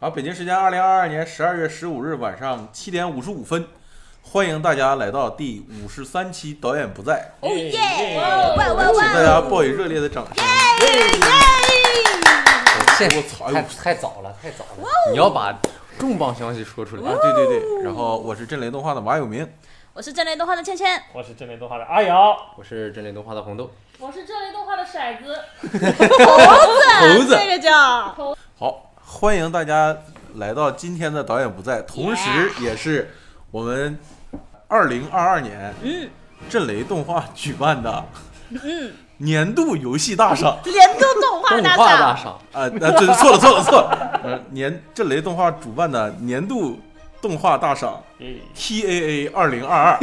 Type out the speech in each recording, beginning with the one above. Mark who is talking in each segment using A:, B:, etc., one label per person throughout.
A: 好，北京时间二零二二年十二月十五日晚上七点五十五分，欢迎大家来到第五十三期《导演不在
B: 哦耶！
C: 哦
B: 哇哇
A: 请大家
B: 哇！
A: 报以热烈的掌声。啊
C: 这
A: 我操哎呦
C: 太太早了，太早了！嗯你要把重磅消息说出来
A: 啊，。对对对，然后我是震雷动画的马有明，
B: 我是震雷动画的芊 芊，
D: 我是正面动画的阿瑶，
C: 我是真雷动画的红豆，
E: 我是这类动画的骰子，
C: 猴子
B: 这个叫
A: 好，欢迎大家来到今天的《导演不在》，同时也是我们二零二二年
B: 嗯
A: 震雷动画举办的 年度游戏大赏。
B: 联动动画
C: 动
B: 大
C: 画
B: 赏，
C: 大赏，
A: 啊，那这错了错了错了，呃，年震雷动画主办的年度动画大赏
D: 耶
A: TAA 二零 二二，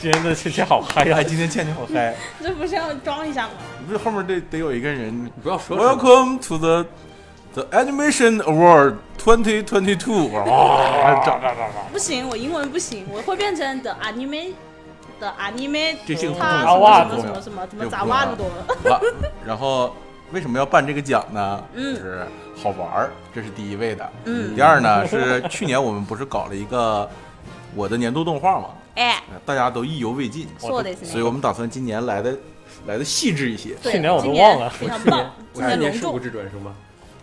D: 今天的心情好嗨呀
A: 哎，！今天倩倩好嗨，
B: 这不是要装一下吗？
A: 你不是后面得得有一个人
C: 你不要说出来。
A: Welcome to the the Animation Award 2022，哇，
D: 咋咋咋咋？
B: 不行，我英文不行，我会变成的 anime 的 anime，
A: 这性格
B: 他
A: 很
B: 什
D: 重
B: 么
D: 要
B: 什么什么什么怎么杂哇的多了。
A: 好了，然后为什么要办这个奖呢？
B: 嗯
A: 就是好玩儿，这是第一位的。
B: 嗯
A: 第二呢是去年我们不是搞了一个我的年度动画嘛，
B: 哎，
A: 呃大家都意犹未尽，
B: そうですね
A: 所以我们打算今年来的来的细致一些。
B: 对
D: 去年我都
B: 今年
D: 忘了
B: 非常
C: 去年
B: 棒，今
C: 我去年
B: 隆
C: 是
B: 重
C: 无。知转生吧？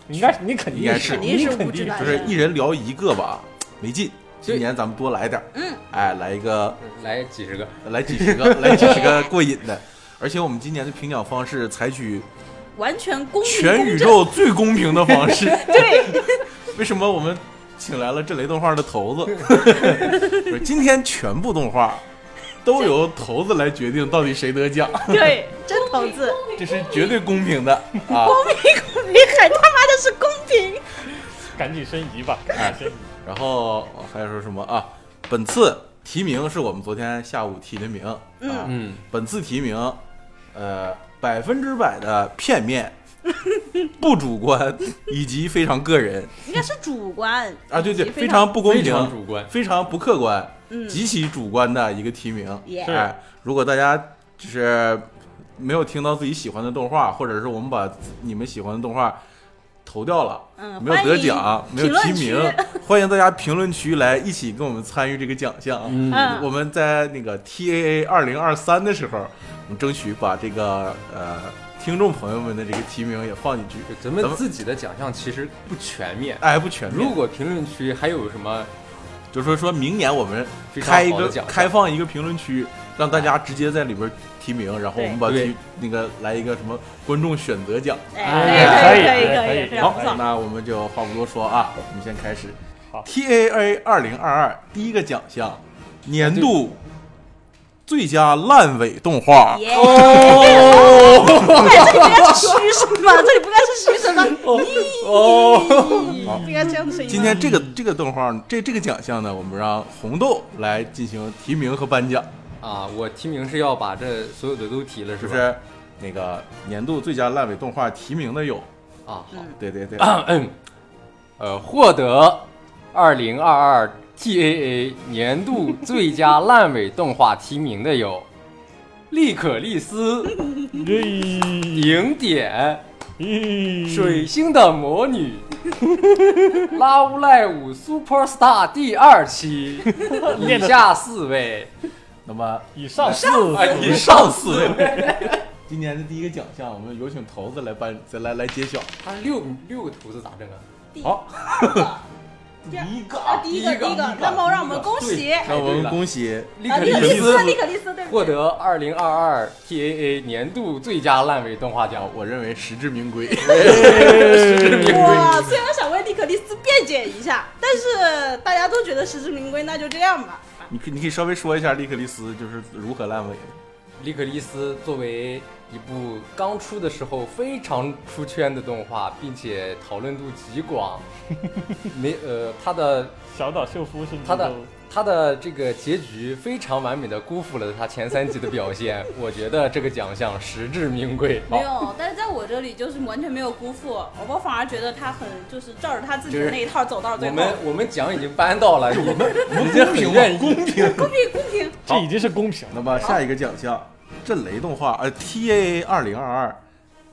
D: 你应该你肯定
A: 应
B: 该是
D: 你
B: 无
D: 肯
B: 知
D: 定
B: 的
A: 就是一人聊一个吧，没劲。今
C: 对
A: 年咱们多来点儿，
B: 嗯，
A: 哎，来一个，
C: 嗯来几十个，
A: 来几十个，来几十个过瘾的。而且我们今年的评奖方式采取
B: 完全公平
A: 全宇
B: 公正，
A: 宙最公平的方式。对， 为什么我们请来了震雷动画的头子？ 不是今天全部动画都由头子来决定到底谁得奖，
B: 对，真投资，
A: 这是绝对公平的啊！
B: 你很他妈的是公平。
D: 赶紧申遗吧，哎赶紧申遗。
A: 然后还有说什么啊？本次提名是我们昨天下午提的名，啊，
C: 嗯，
A: 本次提名，呃，百分之百的片面，不主观，以及非常个人
B: 应该是主观
A: 啊，对对，
B: 以及非
A: 非常不公
C: 非
A: 平，
C: 常主观。
A: 非常不客观，
B: 嗯
A: 极其主观的一个提名。
B: Yeah
D: 是
A: 哎，如果大家就是没有听到自己喜欢的动画，或者是我们把自你们喜欢的动画投掉了，
B: 嗯
A: 没有得奖，
B: 欢
A: 没
B: 迎
A: 有提
B: 评
A: 名
B: 论，
A: 欢迎大家评论区来一起跟我们参与这个奖项。
B: 嗯
A: 我们在那个 TAA 二零二三的时候，我们争取把这个呃听众朋友们的这个提名也放进去。
C: 就咱们自己的奖项其实不全面。
A: 哎，不全面
C: 如，果评论区还有什么，
A: 就是说说明年我们
C: 非常
A: 开一
C: 好的
A: 个
C: 奖项哎
A: 开放一个评论区，让大家直接在里边提名，然后我们把
C: 对
A: 提那个来一个什么观众选择奖。
B: 哎，
D: 可以
B: 可以
D: 可以
B: 可以
D: 可以
B: 非
D: 好
B: 常不错。
A: 那我们就话不多说啊，我们先开始
D: 好。
A: TAA 二零二二第一个奖项，年度
C: 哎
A: 最佳烂尾动画。哦
B: 耶！哎，这里不应该是嘘声吗？这里不应该是嘘声吗？咦，不应该这样的声音吗。
A: 今天这个这个动画，这这个奖项呢，我们让红豆来进行提名和颁奖，
C: 啊，我提名是要把这所有的都提了，
A: 就是
C: 吧？
A: 是那个年度最佳烂尾动画提名的有，
C: 啊，好。
A: 对对对，
C: 嗯呃，获得二零二二 TAA 年度最佳烂尾动画提名的有《利可利斯》《
D: 耶
C: 零点》
A: 嗯
D: 咦
C: 《水星的魔女》 《拉乌赖五 Super Star 第 二期》以下四位，
A: 那么
D: 以上四
A: 哎以上四位，今年的第一个奖项，我们有请头子来颁，再来来揭晓。
D: 哎
C: 他六六个图子咋整啊？
A: 好，
B: 第二
A: 一个
B: 啊，第一个第一个，那么让我们恭喜
C: 对
B: 啊，
A: 让我们恭喜
C: 利可
B: 利可
C: 利
B: 利斯，
C: 斯
B: 利可利斯，对不
C: 获
B: 对？
C: 得二零二二 TAA 年度最佳烂尾动画奖。
A: 我认为实至 名归。
B: 哇，虽然想为利可利斯辩解一下，但是大家都觉得实至名归，那就这样吧。
A: 你可你可以稍微说一下利克利斯就是如何烂尾的？
C: 利可利斯作为一部刚出的时候非常出圈的动画，并且讨论度极广， 没呃，它的
D: 小岛秀夫是
C: 它的
B: 嗯
C: 它的这个结局非常完美的辜负了它前三集的 表现，我觉得这个奖项实至名归。
B: 没有，但是在我这里就是完全没有辜负，我反而觉得他很就是照着他自己的那一套走到最
C: 我
B: 后，
C: 们我们奖已经颁到 了，你们已经很愿意公平。
B: 公平公平。
D: 这已经是公平
A: 那
D: 了。
A: 么下一个奖项，震雷动画呃 T A A 二零二二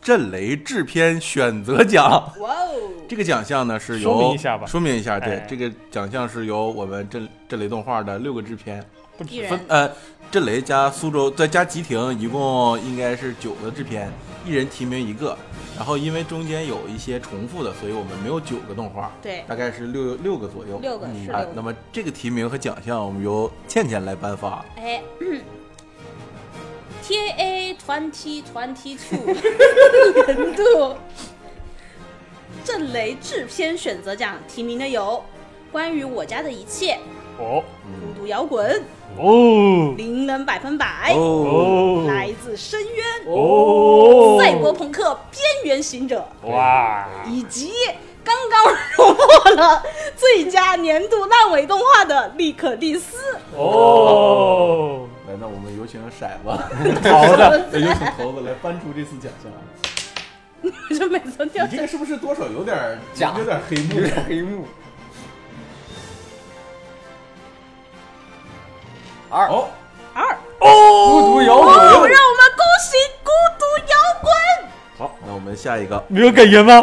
A: 震雷制片选择奖。
B: 哇哦，
A: 这个奖项呢是由
D: 说明一下吧
A: 说明一下，对，
D: 哎
A: 这个奖项是由我们震震雷动画的六个制片
D: 不
B: 一
D: 止
B: 人
A: 分呃，震雷加苏州再加吉亭，一共应该是九个制片，一人提名一个。然后因为中间有一些重复的，所以我们没有九个动画，
B: 对
A: 大概是六六个左右。
B: 六个是
A: 啊
B: 六，
A: 那
B: 个，
A: 么这个提名和奖项我们由倩倩来颁发。
B: 哎。T A twenty twenty two 年度震雷制片选择奖提名的有《关于我家的一切》《
D: 哦
B: 孤独摇滚》
D: 哦
B: 《灵能百分百》
A: 哦，
D: 哦
B: 来自深渊、
D: 哦，
B: 赛博朋克边缘行者，
D: 啊哇，
B: 以及刚刚荣获了最佳年度烂尾动画的《利可利斯》。
D: 哦，
A: 来，那我们有请骰子，
D: 好的，
A: 对有请头子来颁出这次奖项。
B: 我就每次掉
A: 你这个是不是多少有点 儿
C: 假
A: 有点儿黑幕？
C: 黑幕。二
A: 哦，
B: 二
C: 孤独摇
B: 哦，让我
C: 滚
B: 们，恭喜孤独摇滚！
A: 好，那我们下一个
D: 没有感觉吗？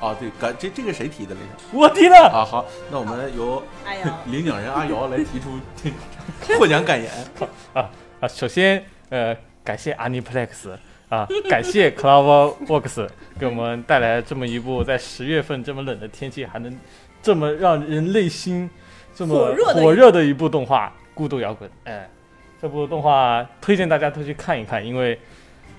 A: 啊，对，感这这个谁提的来着？
D: 我提了，
A: 啊，好，那我们由
B: 哎 呀，
A: 领奖人阿瑶来提 出获奖感言。
D: 啊，首先呃，感谢 Aniplex 啊，感谢 CloverWorks 给我们带来这么一部在十月份这么冷的天气还能这么让人内心这
B: 火
D: 么
B: 热的一
D: 火热的一部动画《孤独摇滚》。哎，这部动画推荐大家都去看一看，因为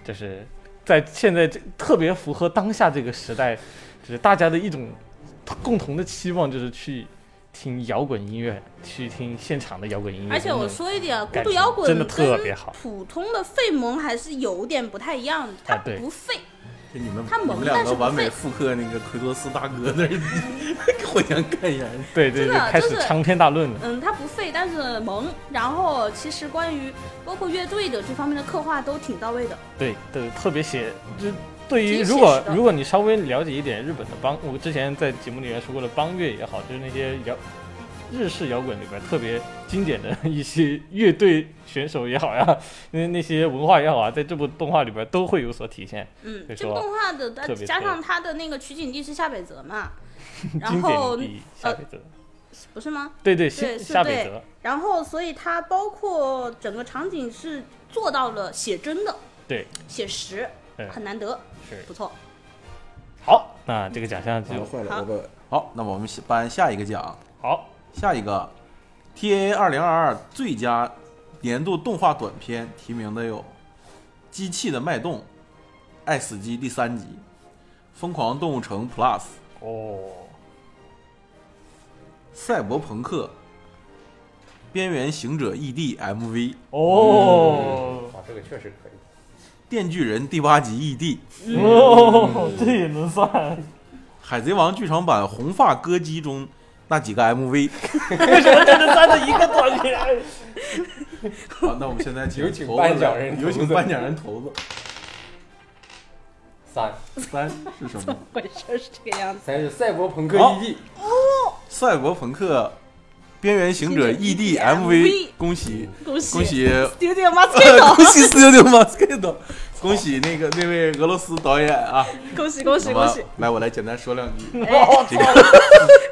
D: 就是在现在这特别符合当下这个时代，就是大家的一种共同的期望，就是去听摇滚音乐，去听现场的摇滚音乐。
B: 而且我
D: 嗯
B: 说一点啊，孤
D: 感
B: 独
D: 情
B: 摇滚
D: 真的特别好
B: 跟普通的费蒙还是有点不太一样的，它
D: 啊对
B: 不费，
A: 就你们
B: 他
A: 你
B: 猛
A: 们两
B: 但
A: 个
B: 是不
A: 完美
B: 废
A: 复刻那个奎托斯大哥那儿 获奖感言。
D: 对对
B: 真
D: 对
B: 的，
D: 开
B: 就
D: 始
B: 是
D: 长篇大论了。
B: 嗯，它不费，但是萌。然后其实关于包括乐队的这方面的刻画都挺到位的。
D: 对对，特别写，就对于
B: 挺
D: 如果
B: 写实的
D: 如果你稍微了解一点日本的邦，我之前在节目里面说过的邦乐也好，就是那些摇日式摇滚里边特别经典的一些乐队选手也好呀，那那些文化也好啊，在这部动画里边都会有所体现。
B: 嗯，
D: 没
B: 这部
D: 错
B: 动画的它
D: 特别
B: 加
D: 特
B: 上它的那个取景地是夏北泽 嘛，然
D: 经典
B: 后
D: 一下辈子，
B: 不是吗？
D: 对对，
B: 对
D: 下
B: 是
D: 下辈
B: 对
D: 子，
B: 然后所以它包括整个场景是做到了写真的，
D: 对，
B: 写实
D: 嗯，
B: 很难得，
D: 是
B: 不错。
D: 好，那这个奖项就
A: 坏
B: 了我
A: 问。好，那么我们下颁下一个奖，
D: 好，
A: 下一个 T A 二零二二最佳年度动画短片提名的有《机器的脉动》《爱死机》第三集，《疯狂动物城 Plus》。
D: 哦，
A: 赛博朋克、边缘行者 E ED MV、
D: 哦，
C: 哇，这个确实可以。
A: 电锯人第八集 E ED、
D: 哦，这也能算？
A: 海贼王剧场版《红发歌姬》中那几个 MV。
D: 为什么只能算的一个短片？
A: 好，那我们现在请
C: 有请
A: 头子
C: 颁奖人
A: 来
C: 头
A: 有
C: 子
A: 请颁奖人头子。
C: 三，
A: 三是什么？
B: 回事是这个样子。
C: 三是赛博朋克 E
A: 好
C: ED，
A: 赛博朋克、边缘行者 E
B: 行者
A: ED
B: ED
A: MV
B: MV。
A: 恭喜
B: 恭喜
A: 恭喜！
B: Studio Mosquito，
A: 恭喜 Studio Mosquito！恭喜那个那位俄罗斯导演啊！
B: 恭喜恭
A: 那
B: 喜
A: 么
B: 恭 喜！
A: 来，我来简单说两 句。
D: 我
A: 这
D: 操！
A: 个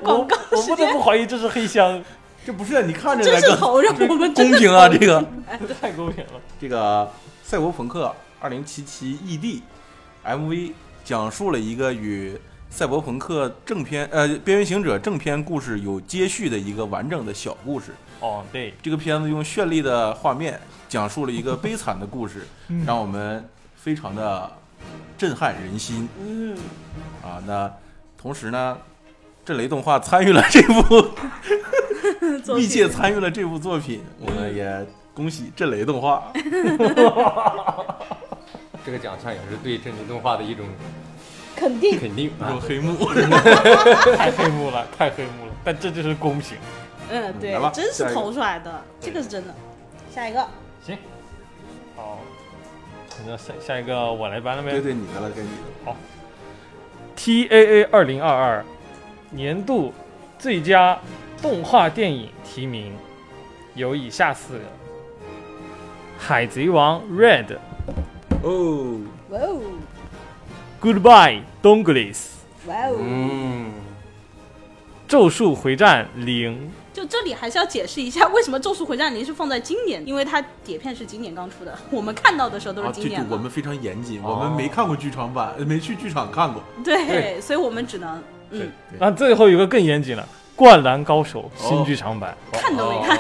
D: 我
B: 广告
D: 我
B: 时
D: 不
B: 间
D: 得不怀疑这是黑箱，
A: 这不是你看着
B: 真
A: 来
B: 是
A: 个
B: 投让我们真
A: 公
B: 的
A: 平啊，这个。
D: 这太公平了。
A: 这个《赛博朋克2077 ED》MV 讲述了一个与赛博朋克正片呃《边缘行者》正片故事有接续的一个完整的小故事。
D: 哦，对，
A: 这个片子用绚丽的画面讲述了一个悲惨的故 事，
B: 嗯
A: 让我们非常的震撼人心
B: 嗯，
A: 啊！那同时呢，震雷动画参与了这部
B: 作
A: 密
B: 品
A: 切参与了这部作品，我们也恭喜震雷动画。
C: 这个奖项也是对真人动画的一种
B: 肯定
C: 肯定
A: 这种黑幕，
D: 太黑幕了， 太黑幕了。但这就是公平。
B: 嗯，对
A: 来吧，
B: 真
A: 下一个
B: 是投出来的，这个是真的。下一个，
D: 行，好，那下下一个我来颁了呗。
A: 对对，你的了，该你的。
D: T A A 二零二二年度最佳动画电影提名有以下四个：《海贼王 Red》、《
A: 哦，
B: 哇哦，
D: Goodbye Donglis，
B: 哇哦！
C: 嗯，
D: 咒术回战零，
B: 就这里还是要解释一下，为什么《咒术回战零》是放在今年，因为它碟片是今年刚出的， 我们看到的时候都是
A: 啊，
B: 今
A: 对对
B: 年，的。
A: 我们非常严谨，
C: 哦
A: 我们没看过剧场版，呃没去剧场看过。
B: 对，
C: 对
B: 所以我们只能嗯
D: 那最后有个更严谨了，灌篮高手
A: 哦
D: 新剧场版，
B: 看都没看。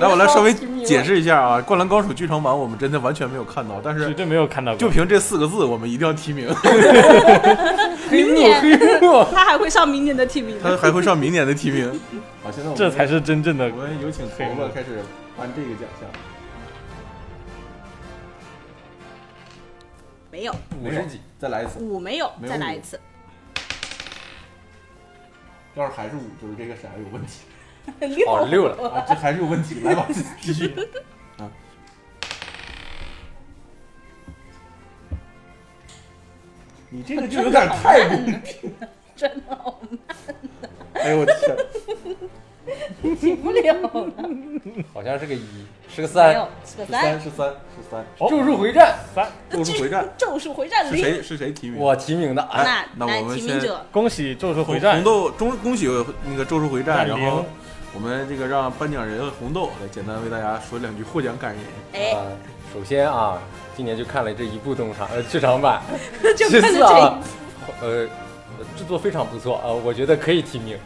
A: 来，我来稍微解释一下啊，《灌篮高手》剧场版我们真的完全没有看到，但
D: 绝
A: 是
D: 对没有看到过。
A: 就凭这四个字，我们一定要提名，
C: 黑幕
A: 哎
B: 年
C: 黑幕，
B: 它还会上明年的 T 名。
A: 它还会上明年的提名。好，现在
D: 这才是真正的
A: 我们有请
D: 头了
A: 开始颁这个奖项。
B: 没有
C: 五十几，
A: 再来一次，
B: 五没有，
A: 没有
B: 再来
A: 五
B: 一次，
A: 要是还是五，就是这个啥有问题
B: 六
C: 哦六了，
A: 啊，这还是有问题。来吧，继续。啊，你这个就有点太不
B: 真的好
A: 哎呦我天！
B: 停不了了。
C: 好像是个一，是
B: 没
C: 个三
B: 有，，是个
A: 十三
B: 三。
A: 十三十三，
D: 哦
C: 咒术回战，
D: 三，
A: 咒术回战
B: 咒术回战
A: 是
B: 零，
A: 谁是谁提名？
C: 我提名的，
A: 哎
B: 那
A: 那我们
B: 提名
A: 先
B: 者
D: 恭喜咒术回
A: 红
D: 战
A: 红豆中恭喜那个咒术回战，
D: 占
A: 然
D: 领
A: 后我们这个让颁奖人红豆来简单为大家说两句获奖感言。
B: 哎，
C: 呃，首先啊，今年就看了这一部动场呃剧场版，
B: 就
C: 其
B: 看
C: 次
B: 着
C: 啊
B: 这，
C: 呃，制作非常不错啊、呃我觉得可以提名，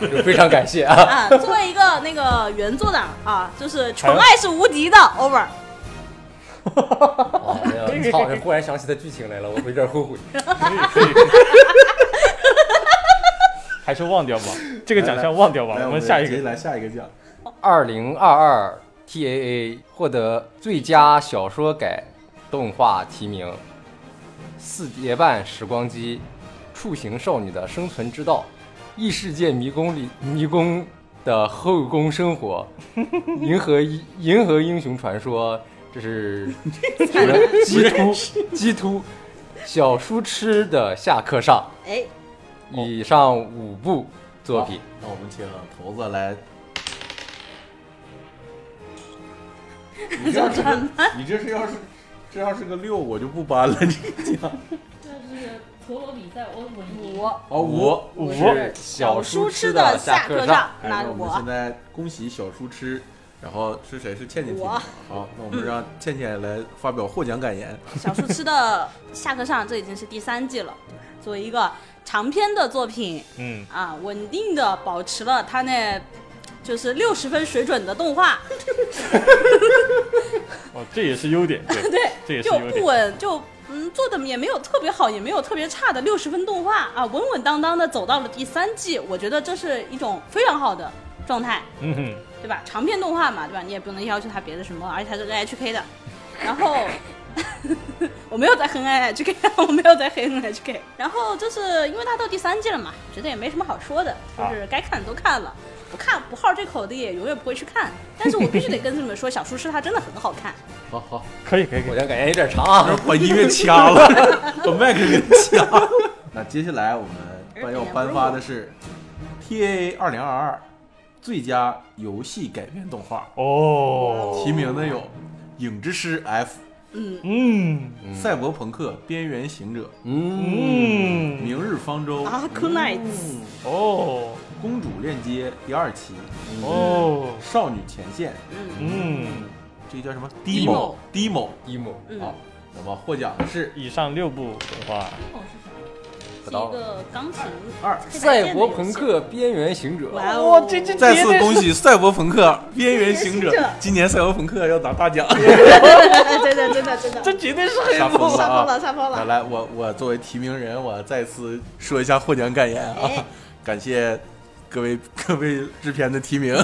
C: 就非常感谢啊。
B: 啊，作为一个那个原作党啊，就是纯爱是无敌的，over。
C: 啊，哎呀操！忽然想起他剧情来了，我有点 后悔。
D: 可以可以， 还是忘掉吧，这个奖项忘掉吧，
A: 来，
D: 我们下一
A: 直接
D: 个
A: 来下一个奖。
C: 二零二二 TAA 获得最佳小说改动画提名，《四叠半时光机》《触形少女的生存之道》《异世界迷宫里迷宫的后宫生活》 《银河一银河英雄传说》，这是 鸡突鸡突小书痴的下课上，
B: 哎，
C: 以上五部作品。
A: 好那我们请头子来。你这要是个你这是要是这要是个六，我就不颁了。这个奖
E: 这是陀螺比赛，我稳赢。
B: 我
A: 哦
C: 五
D: 五
C: 是
B: 小
C: 书
B: 书
C: 痴
B: 痴
C: 的
B: 的
C: 下
B: 下
C: 课
B: 课
C: 上
B: 上，
A: 哎
B: 那
A: 那我们现
B: 我
A: 在恭喜小书痴，然后是谁是倩倩提名的？
B: 我
A: 好，那我们让倩倩来发表获奖感 言。
B: 小树痴的下课上，这已经是第三季了。作为一个长篇的作品
D: 嗯，
B: 啊，稳定的保持了它那就是六十分水准的动画，
D: 哦，这也是优点，对，
B: 对，
D: 这也是
B: 就
D: 优
B: 不
D: 点。
B: 稳就。嗯，做的也没有特别好，也没有特别差的六十分动画啊，稳稳当当的走到了第三季，我觉得这是一种非常好的状态。
D: 嗯哼，
B: 对吧？长篇动画嘛，对吧？你也不能要求它别的什么，而且它是 NHK 的。然后 我没有在黑 NHK，我 没有在黑 NHK。然后就是因为它到第三季了嘛，觉得也没什么好说的，
D: 啊
B: 就是该看的都看了，不看不好这口的也永远不会去看。但是我必须得跟你们说，小叔师它真的很好看。
C: 好好，
D: 可以可以可
C: 我
D: 以，
C: 想感觉有点长啊。
A: 把音乐掐了， 把麦克给掐了。 那接下来我们颁要颁发的是 T A 二零二二最佳游戏改编动画，
D: 哦，
A: 提名的有《影之师 F
B: 嗯，
D: 嗯》
C: 嗯
A: 赛博朋克》《边缘行者》
C: 嗯，
A: 《
D: 嗯，
A: 明日方舟》
B: 啊，Cool Nights
A: 嗯
D: 哦
A: 《公主链接》第二期，
B: 嗯
D: 哦，
A: 《少女前线》
D: 嗯，
A: 这叫什么
B: Demo
A: ？Demo
C: 一幕
B: 嗯
A: 好，那么获奖的是
D: 以上六部动画，
E: 这种是啥？
C: 不
B: 是
C: 到
B: 一个钢琴
A: 二。
C: 赛博朋，克边缘行者。
B: 哇哦，
D: 这这
A: 再次恭喜赛博朋克《边缘行者
B: 嗯边缘行者》，
A: 今年赛博朋克要拿大奖。
B: 真的真的真的
D: 这绝对是黑
A: 杀疯
D: 幕
A: 了
B: 杀疯
A: 啊！
B: 了杀疯
A: 来
B: 了，
A: 来，我我作为提名人，我再次说一下获奖感言啊
B: 哎，
A: 感谢各位 各位制片的提名。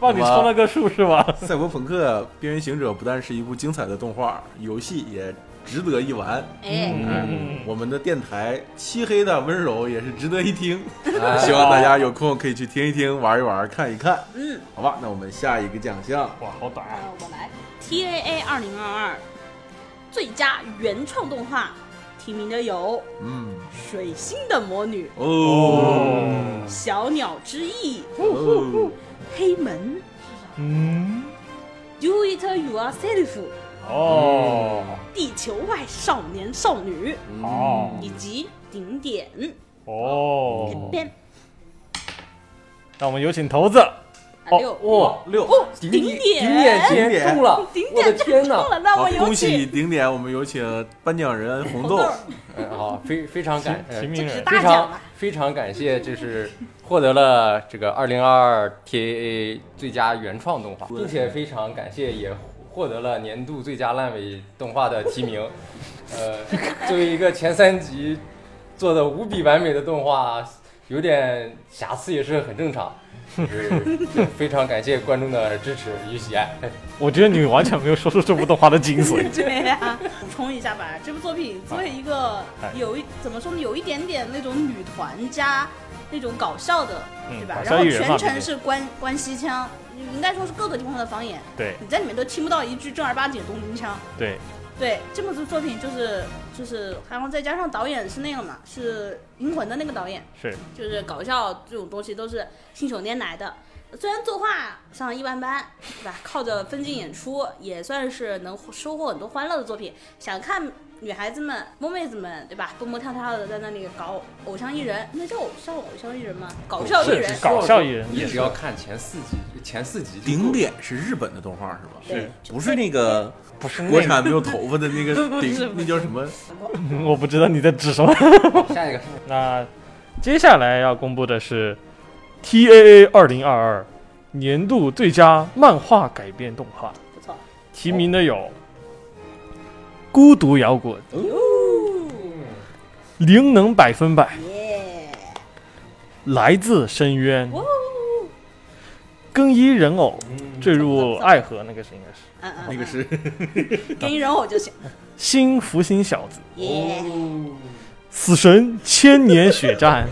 D: 帮你充了个数是吧？
A: 赛博朋克《边缘行者》不但是一部精彩的动画，游戏也值得一玩。
B: 哎，
A: 嗯
D: 嗯，
A: 我们的电台漆黑的温柔也是值得一听，
C: 哎
A: 希望大家有空可以去听一听、玩一玩、看一看，
B: 嗯。
A: 好吧？那我们下一个奖项，
D: 哇，好短啊，
B: 呃，我来 T A A 二零二二最佳原创动画提名的有
A: 嗯，
B: 《水星的魔女》
A: 哦，
B: 《小鸟之翼》
A: 哦
B: 《黑门》《
D: 嗯，
B: Do It Yourself》
D: 哦
B: 《地球外少年少女》
D: 哦
B: 以及《顶点》
D: 哦，
B: 变
D: 让我们有请头子。
B: 啊六
C: 哇，
A: 六，
B: 哦，
C: 顶
B: 顶
C: 点
B: 点
C: 竟然中了，
B: 顶
C: 我的
B: 点
C: 天
B: 中
C: 哪！
B: 了，那
A: 好
B: 我，有
A: 恭喜
B: 请
A: 顶点，我们有请颁奖人红
B: 豆
A: 豆
B: 儿，
C: 嗯，好，非非常感，呃
D: 秦
B: 这
D: 明
B: 只
D: 人，
B: 大
C: 非
B: 奖
C: 常
B: 了，。
C: 非常感谢，就是获得了这个二零二二 TAA 最佳原创动画，并且非常感谢也获得了年度最佳烂尾动画的提名。 呃，作为一个前三集做的无比完美的动画，有点瑕疵也是很正常。就是就非常感谢观众的支持与喜爱。
D: 我觉得你完全没有说出这部动画的精髓
B: 对呀，补充一下吧，这部作品作为一个
D: 哎
B: 有一怎么说呢，有一点点那种女团加那种搞笑的，
D: 嗯
B: 对吧
D: 搞？笑
B: 然后
D: 艺人
B: 全
D: 嘛毕
B: 程
D: 竟
B: 是关关西腔，应该说是各个地方的方言，
D: 对
B: 你在里面都听不到一句正儿八经的东京腔。
D: 对，
B: 对，这部作品就是就是，然后再加上导演是那个嘛，是《银魂》的那个导演，
D: 是
B: 就是搞笑这种东西都是信手拈来的。虽然作画上一般般，对吧？靠着分镜演出也算是能收获很多欢乐的作品。想看女孩子们、萌妹子们，对吧？蹦蹦跳跳的在那里搞偶像艺人，那叫偶像偶像艺人吗？搞笑艺
D: 是
B: 人
D: 是，搞笑艺人
C: 你
D: 也
C: 只
D: 是
C: 要看前四集，前四集就够
A: 顶
C: 了
A: 点是日本的动画是吧？
B: 对，
A: 不是那个
D: 不是
A: 国
D: 那个？
A: 产没有头发的那个顶，那叫什么？
D: 我不知道你在指什么。
C: 下一个，
D: 那接下来要公布的是 TAA 二零二二年度最佳漫画改编动画，
B: 不错。
D: 提名的有《孤独摇滚》《灵能百分百》
B: 耶！
D: 《来自深渊》
B: 哇
D: 《
B: 哦！
D: 更衣人偶
C: 嗯》
D: 坠入爱河，那个是应 该是
B: 嗯嗯，
A: 那个是哦
B: 跟一人偶就行。
D: 《新福星小子》《
B: 耶！
C: 哦
D: 死神千年血 战》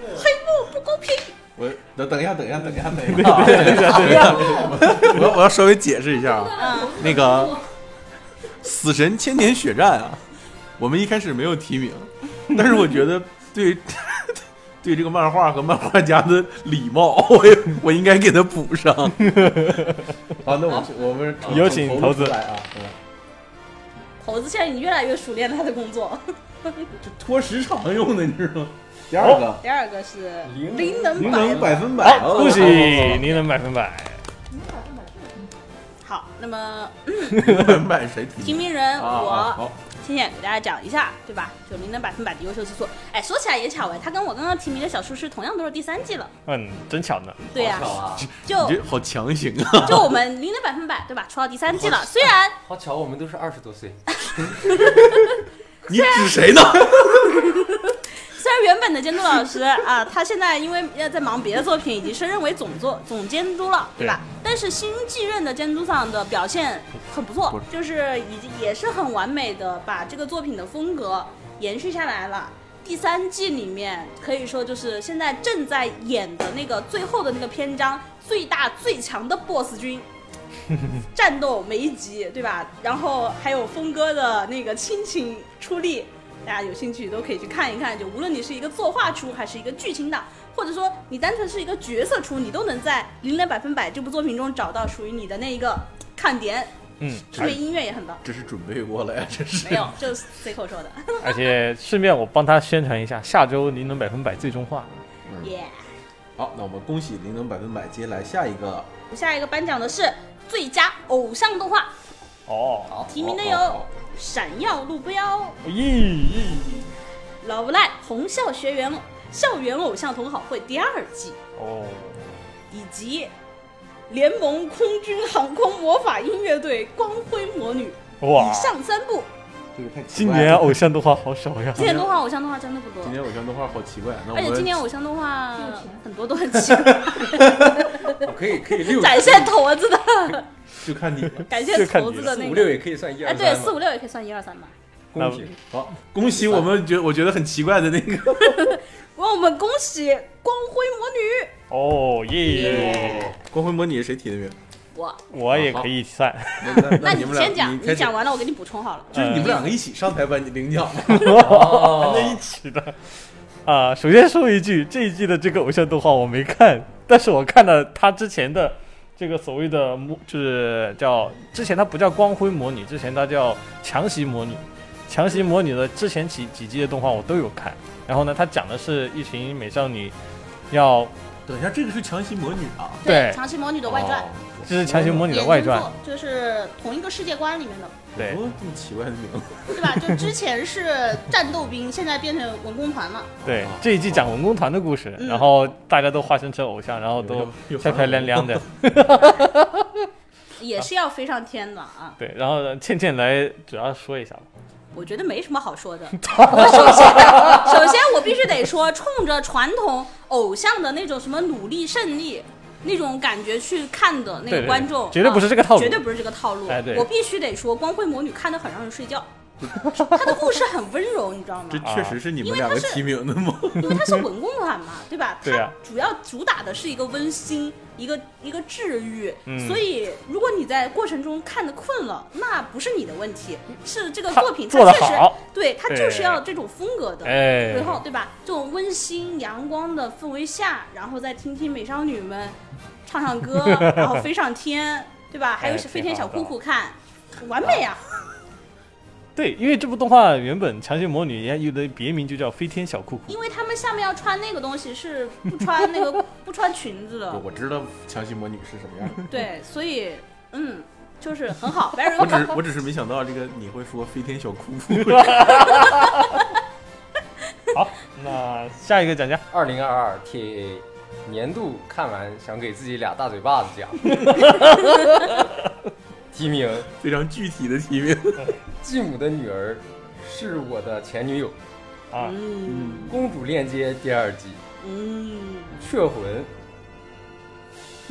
B: 哎不公平。
A: 我等等一下，等一下，等一下，等一下，等一下，等一下，我我要稍微解释一下啊，
B: 嗯，
A: 那个《死神千年血战》啊，我们一开始没有提名，但是我觉得对对这个漫画和漫画家的礼貌，我也我应该给他补上。好，那我我们
D: 有请投资
A: 来啊，
B: 猴子现在已经越来越熟练他的工作。
A: 这拖时长用的，你知道吗？第二个。
B: 第二个是
C: 灵
B: 灵能
A: 您
B: 百
A: 能百分百，
D: 好，
B: 哦
D: 恭喜
A: 您
D: 您能百分百。
B: 好，那么
A: 能百分百谁提
B: 提
A: 名？
B: 名人
A: 啊啊
B: 我
A: 好，
B: 浅浅给大家讲一下，对吧？就灵能百分百的优秀之作。哎，说起来也巧哎，他跟我刚刚提名的小叔师同样都是第三季了。
D: 嗯，真巧呢。
B: 对呀、
C: 好巧啊，
A: 你
B: 就
A: 这 好强行啊！
B: 就我们灵能百分百，对吧？出到第三季了，虽然
C: 好巧，我们都是二十多岁。
A: 你指谁呢？
B: 虽然原本的监督老师啊， 他现在因为要在忙别的作品，已经升任为总作总监督了，对吧？但是新继任的监督上的表现很不错
A: 不，
B: 就是已经也是很完美的把这个作品的风格延续下来了。第三季里面可以说就是现在正在演的那个最后的那个篇章，最大最强的 BOSS 军。战斗每一集，对吧？然后还有峰哥的那个亲情出力，大家有兴趣都可以去看一看。就无论你是一个作画出，还是一个剧情党，或者说你单纯是一个角色出，你都能在《零点百分百》这部作品中找到属于你的那一个看点。
D: 嗯，
B: 顺便音乐也很 棒，
A: 这是准备过了呀，这是
B: 没有，就是随口说的。
D: 而且顺便我帮他宣传一下，下周您能百分百最终化。
B: 耶、
A: 好，那我们恭喜零能百分百，接下来下一个
B: 下一个颁奖的是最佳偶像动画，
D: 哦，
B: 提名的有
A: 好好
B: 《闪耀路标》《
D: 咦，
B: 老无赖红校学园校园偶像同好会》第二季。
D: 哦，
B: 以及联盟空军航空魔法音乐队光辉魔女。
D: 哇
B: 以，上三部，
A: 这个太奇
D: 今
A: 怪
D: 年
A: 了
D: 偶像动画好少呀。
B: 今年动画偶像动画真的不多
A: 今，年偶像动画好奇怪，那我
B: 而哎且今年
A: 们
B: 偶像动画
E: 有钱
B: 很多都很奇 怪。
C: 我哦可以可以六
B: 展现头子的，
A: 就看你了。
B: 感谢头子的
C: 四
B: 那
C: 五六
B: 个。
C: 也可以算一
B: 哎，
C: 二
B: 对，
C: 三
B: 四
C: 嘛，
B: 五六也可以算一二三吧。
C: 公平。
A: 好， 恭喜我们觉我觉得很奇怪的那个
B: 让我们恭喜光辉魔女，
D: 哦耶
B: 耶，
A: 光辉模拟是谁提的名？
B: 我，
D: 我也可以算。
A: 那
B: 那
A: 你
B: 你
A: 们俩
B: 先讲，
A: 开
B: 你
A: 始
B: 讲，完了我给你补充好了。
A: 就是你们两个一起上台颁领 奖。
C: 哦
D: 在一起的。啊，首先说一句，这一季的这个偶像动画我没看，但是我看了他之前的这个所谓的模，就是叫之前它不叫光辉模拟，之前它叫强袭模拟。强袭模拟的之前几几季的动画我都有看，然后呢，它讲的是一群美少女要
A: 等一下，这个是强袭魔女啊，
D: 对
B: 长期魔女的外
C: 哦
B: 传，
D: 这是强行模拟的
B: 衍
D: 外
B: 生
D: 传，
B: 作就是同一个世界观里面的，
D: 对
A: 哦，这么奇怪的名字，
B: 对吧？就之前是战斗兵，现在变成文工团了。
D: 对
A: 哦，
D: 这一季讲文工团的故事，
B: 嗯
D: 然后大家都化身成偶像，然后都漂漂亮亮的，
B: 也是要飞上天的啊！
D: 对，然后倩倩来主要说一下吧，
B: 我觉得没什么好 说的。我首先，首先我必须得说，冲着传统偶像的那种什么努力胜利那种感觉去看的那
D: 对对
B: 个
D: 对
B: 观众，
D: 绝对不是这个
B: 啊
D: 套路，
B: 绝对不是这个套路
D: 哎对。
B: 我必须得说，《光辉魔女》看的很让人睡觉，她的故事很温柔，你知道吗
A: 这？确实是你们两个提名的吗？
B: 因为它是文工团嘛，对吧？
D: 对啊
B: 它主要主打的是一个温馨，一个一个治愈。
D: 嗯
B: 所以，如果你在过程中看的困了，那不是你的问题，是这个
D: 他
B: 作品它
D: 做的
B: 确实
D: 好，
B: 对它
D: 对
B: 就是要这种风格的。
D: 哎，
B: 然后对吧？这种温馨阳光的氛围下，然后再听听美少女们唱唱 歌，然后飞上天，对吧？还有
D: 哎
B: 飞天
D: 挺好
B: 小
D: 的
B: 裤裤看，完美啊！
D: 对，因为这部动画原本《强行魔女》也有的别名就叫《飞天小裤裤
B: 因为他们下面要穿那个东西是不穿 那个不穿裙子的，
A: 我知道强袭魔女是什么样，
D: 嗯
B: 对，所以嗯，就是很好，very
A: 我只
B: good。
A: 我只是没想到这个你会说飞天小哭哭，》。
D: 好，那下一个讲讲，
C: 二零二二 TAA 年度看完想给自己俩大嘴巴子 奖，提名《
A: 非常具体的提名。
C: 继母的女儿是我的前女友》
D: 啊，
B: 嗯
C: 《公主链接》第二季，
B: 嗯，
C: 《雀魂》《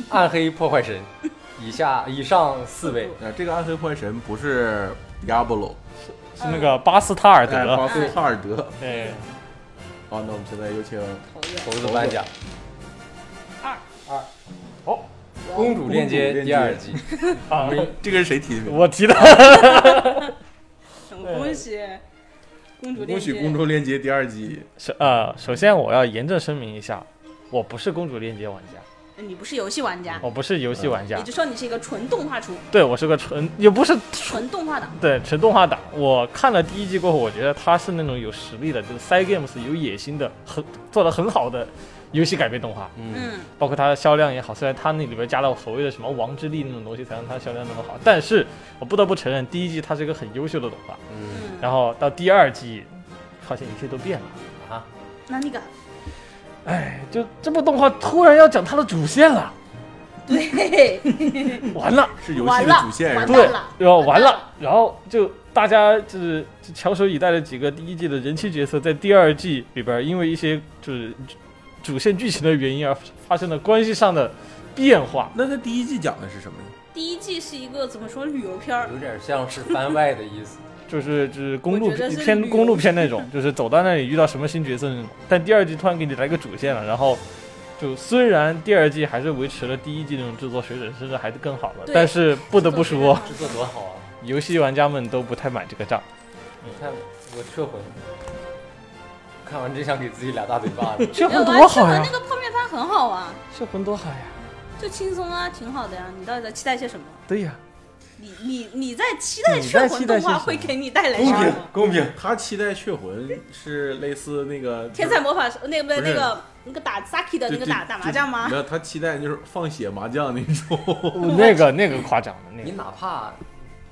C: 暗黑破坏神》，以下以上四位
A: 呃，这个暗黑破坏神不是 Diablo，
D: 是那个巴斯塔尔
A: 哎，
D: 德，
A: 巴斯塔尔德。
D: 哎，
A: 好，那我们现在有请
B: 讨厌。
C: 猴子颁奖。
B: 二
C: 二，
D: 哦，
C: 《公主链接》第二季，
D: 啊，
A: 这个是谁提的名？
D: 我提的， 哎
B: 恭喜公主
A: 恭
B: 链
A: 喜《
B: 接
A: 公主链接》第二季，
D: 首呃，首先我要严正声明一下，我不是公主链接玩家，
B: 你不是游戏玩家，
D: 我不是游戏玩家
B: 也，就说你是一个纯动画厨，
D: 对我是个纯，也不是
B: 纯动画党。
D: 对，纯动画党。我看了第一季过后，我觉得他是那种有实力的，就是 Side Games 有野心的，很做的很好的游戏改编动画，
C: 嗯，
B: 嗯，
D: 包括它的销量也好。虽然它那里边加了所谓的什么王之力那种东西，才让它销量那么好，但是我不得不承认，第一季它是一个很优秀的动画。
C: 嗯
B: 嗯
D: 然后到第二季，好像一切都变了。
C: 啊，
B: 那那个
D: 哎，就这部动画突然要讲它的主线了，
B: 对，
D: 完了。
A: 是游戏
B: 完
A: 的
B: 了
A: 主线
B: 完
A: 是吧？
D: 对
B: 蛋了，
D: 然后完
B: 完蛋
D: 了，然后就大家就是就翘首以待的几个第一季的人气角色，在第二季里边儿因为一些就是主线剧情的原因而发生了关系上的变化。
A: 那他第一季讲的是什么呢？
B: 第一季是一个怎么说旅游片儿，
C: 有点像是番外的意思。
D: 就是就是公路
B: 我觉得是旅
D: 片
B: 游
D: 公路片 那种，就是走到那里遇到什么新角色那种。但第二季突然给你来个主线了，然后就虽然第二季还是维持了第一季那种制作水准，甚至还是更好了，
B: 对
D: 但是 不得不说，
C: 制作多好啊！
D: 游戏玩家们都不太买这个账。
C: 你看我撤回，看完真想给自己俩大嘴巴子。
D: 血
B: 没有啊
D: 魂多好呀
B: 这！个那个泡面番很好啊，
D: 血魂多好呀！
B: 就轻松啊，挺好的呀。你到底在期待些什么？
D: 对呀、
B: 你你你在期待
D: 你
B: 血
D: 在期
B: 魂动
D: 待些
B: 画
D: 什么
B: 会给你带来什么？
C: 公平，
A: 他期待血魂是类似那个
B: 天才魔法师那个不对
A: 不是
B: 那个那个打 Saki 的
A: 就
B: 那个打
A: 就
B: 打麻将吗
A: 没？有，他期待就是放血麻将那种。
D: 那个那个夸张了，那
C: 你
D: 个
C: 哪怕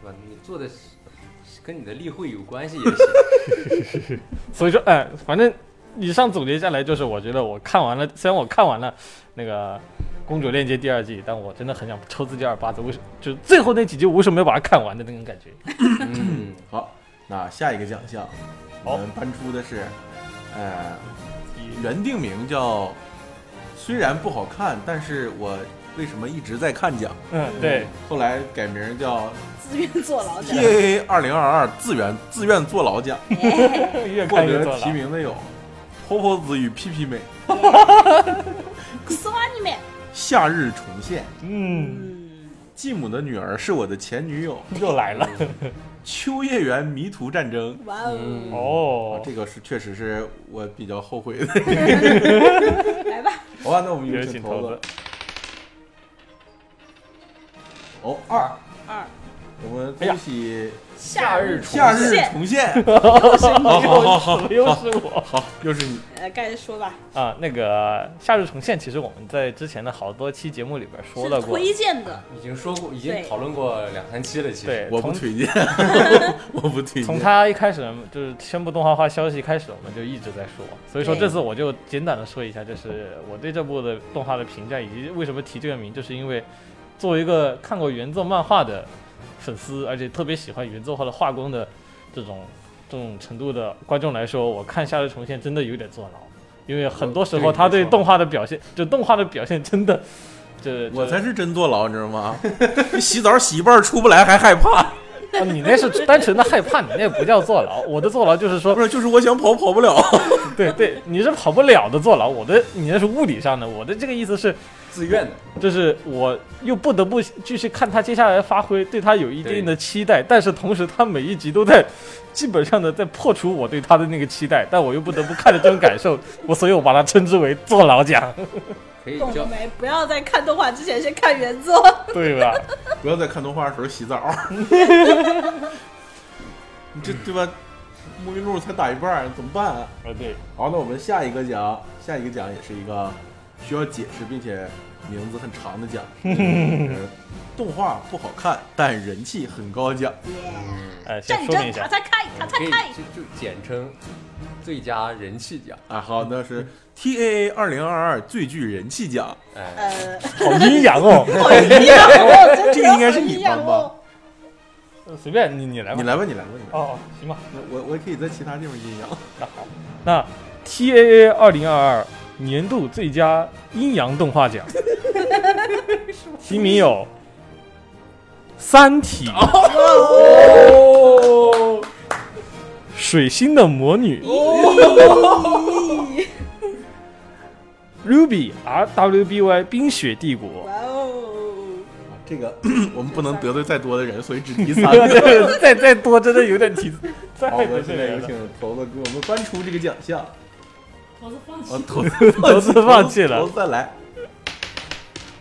C: 是吧，你做的是跟你的例会有关系也行。
D: 所以说，哎，反正以上总结下来就是，我觉得我看完了，虽然我看完了那个《公主链接》第二季，但我真的很想抽自己二巴子，为什就最后那几集我为什么没有把它看完的那种感觉？
C: 嗯，
A: 好，那下一个奖项，我们颁出的是，呃，原定名叫虽然不好看，但是我为什么一直在看奖？
D: 嗯，对，，
A: 后来改名叫
B: 自愿坐牢 者
A: T，A A 二零二二自愿自愿坐牢 奖，
D: 越
A: 获
D: 看越
A: 得
D: 做
A: 提
D: 了。
A: 名的有《婆婆子与屁屁美》《
B: 死完你们！
A: 夏日重现》《
D: 嗯，
B: 嗯，
A: 继母的女儿是我的前女友》《
D: 又来了。
C: 嗯
A: 秋叶原迷途战争》
B: 哇哦，
C: 嗯
A: 啊
D: 哦，
A: 这个是确实是我比较后悔的。
B: 来吧，
A: 好吧，那我们
D: 有
A: 有
D: 请
A: 请
D: 头
A: 头
D: 子
A: 子。哦二，
B: 二
A: 我们恭喜
B: 夏
C: 日重
A: 夏日哎重现，
D: 好好好，嗯又是我
A: 又是你
B: 呃，该说吧，
D: 啊！那个《夏日重现》，其实我们在之前的好多期节目里边说
B: 是
D: 到过，
B: 推荐的，
C: 已经说过，已
B: 对
C: 经讨论过两三期了，其实
D: 对，
A: 我不
D: 从
A: 推荐， 我不推荐。
D: 从他一开始就是宣布动画化消息开始，我们就一直在说，所以说
B: 对
D: 这次我就简短的说一下，就是我对这部的动画的评价，以及为什么提这个名，就是因为作为一个看过原作漫画的粉丝，而且特别喜欢原作画的画工的这种这种程度的观众来说，我看《夏日重现》真的有点坐牢，因为很多时候
C: 对
D: 他对
C: 没错
D: 动画的表现，就动画的表现真的，这
A: 我才是真坐牢，你知道吗？ 洗澡洗一半出不来还害怕，
D: 哦你那是单纯的害怕，你那不叫坐牢，我的坐牢就是说
A: 不是就是我想跑跑不了。
D: 对对，你是跑不了的坐牢，我的你那是物理上的，我的这个意思是，
C: 自愿的，
D: 就是我又不得不继续看他接下来的发挥，对他有一定的期待，但是同时他每一集都在基本上的在破除我对他的那个期待，但我又不得不看着这种感受， 我所以我把它称之为坐牢奖，
C: 可以
B: 懂了
C: 叫
B: 没？不要在看动画之前先看原作。
D: 对吧？
A: 不要在看动画的时候洗澡， 你这对吧？沐浴露才打一半儿，怎么办、啊？
D: 啊对，
A: 好，那我们下一个奖，下一个奖也是一个需要解释并且名字很长 的奖，就是动画不好看但人气很高奖。
D: 哎，先
B: 战
D: 说明
B: 争塔
D: 一下，
B: 才开，塔
C: 可
B: 才
C: 以
B: 开，
C: 就就简称最佳人气奖，
A: 啊，好，那是 T A A 二零二二最具人气奖，
C: 哎，
B: 呃，
D: 好阴阳哦，
B: 好一样哦，真的
A: 这个应该是你
B: 好一样
A: 颁
B: 哦
A: 吧？
D: 随便你你来吧
A: 你，来吧，你来吧，你来吧。
D: 哦，行吧。
A: 那我我可以在其他地方阴阳。
D: 那好，那 TAA 二零二二年度最佳阴阳动画奖， 提名有《三体》
C: 哦，
D: 水星的魔女》Ruby RWBY 冰雪帝国
B: 哇》哦，
A: 啊这个 我们不能得罪再多的人，所以只 提三个。
D: 再再再多真的有点提，再
A: 好，
D: 不
A: 我
D: 是
A: 现在有
D: 人了
A: 请头子给我们颁出这个奖项。
E: 投资放
A: 啊
E: 弃，，
A: 投子
D: 投资放弃了
A: 投子再来。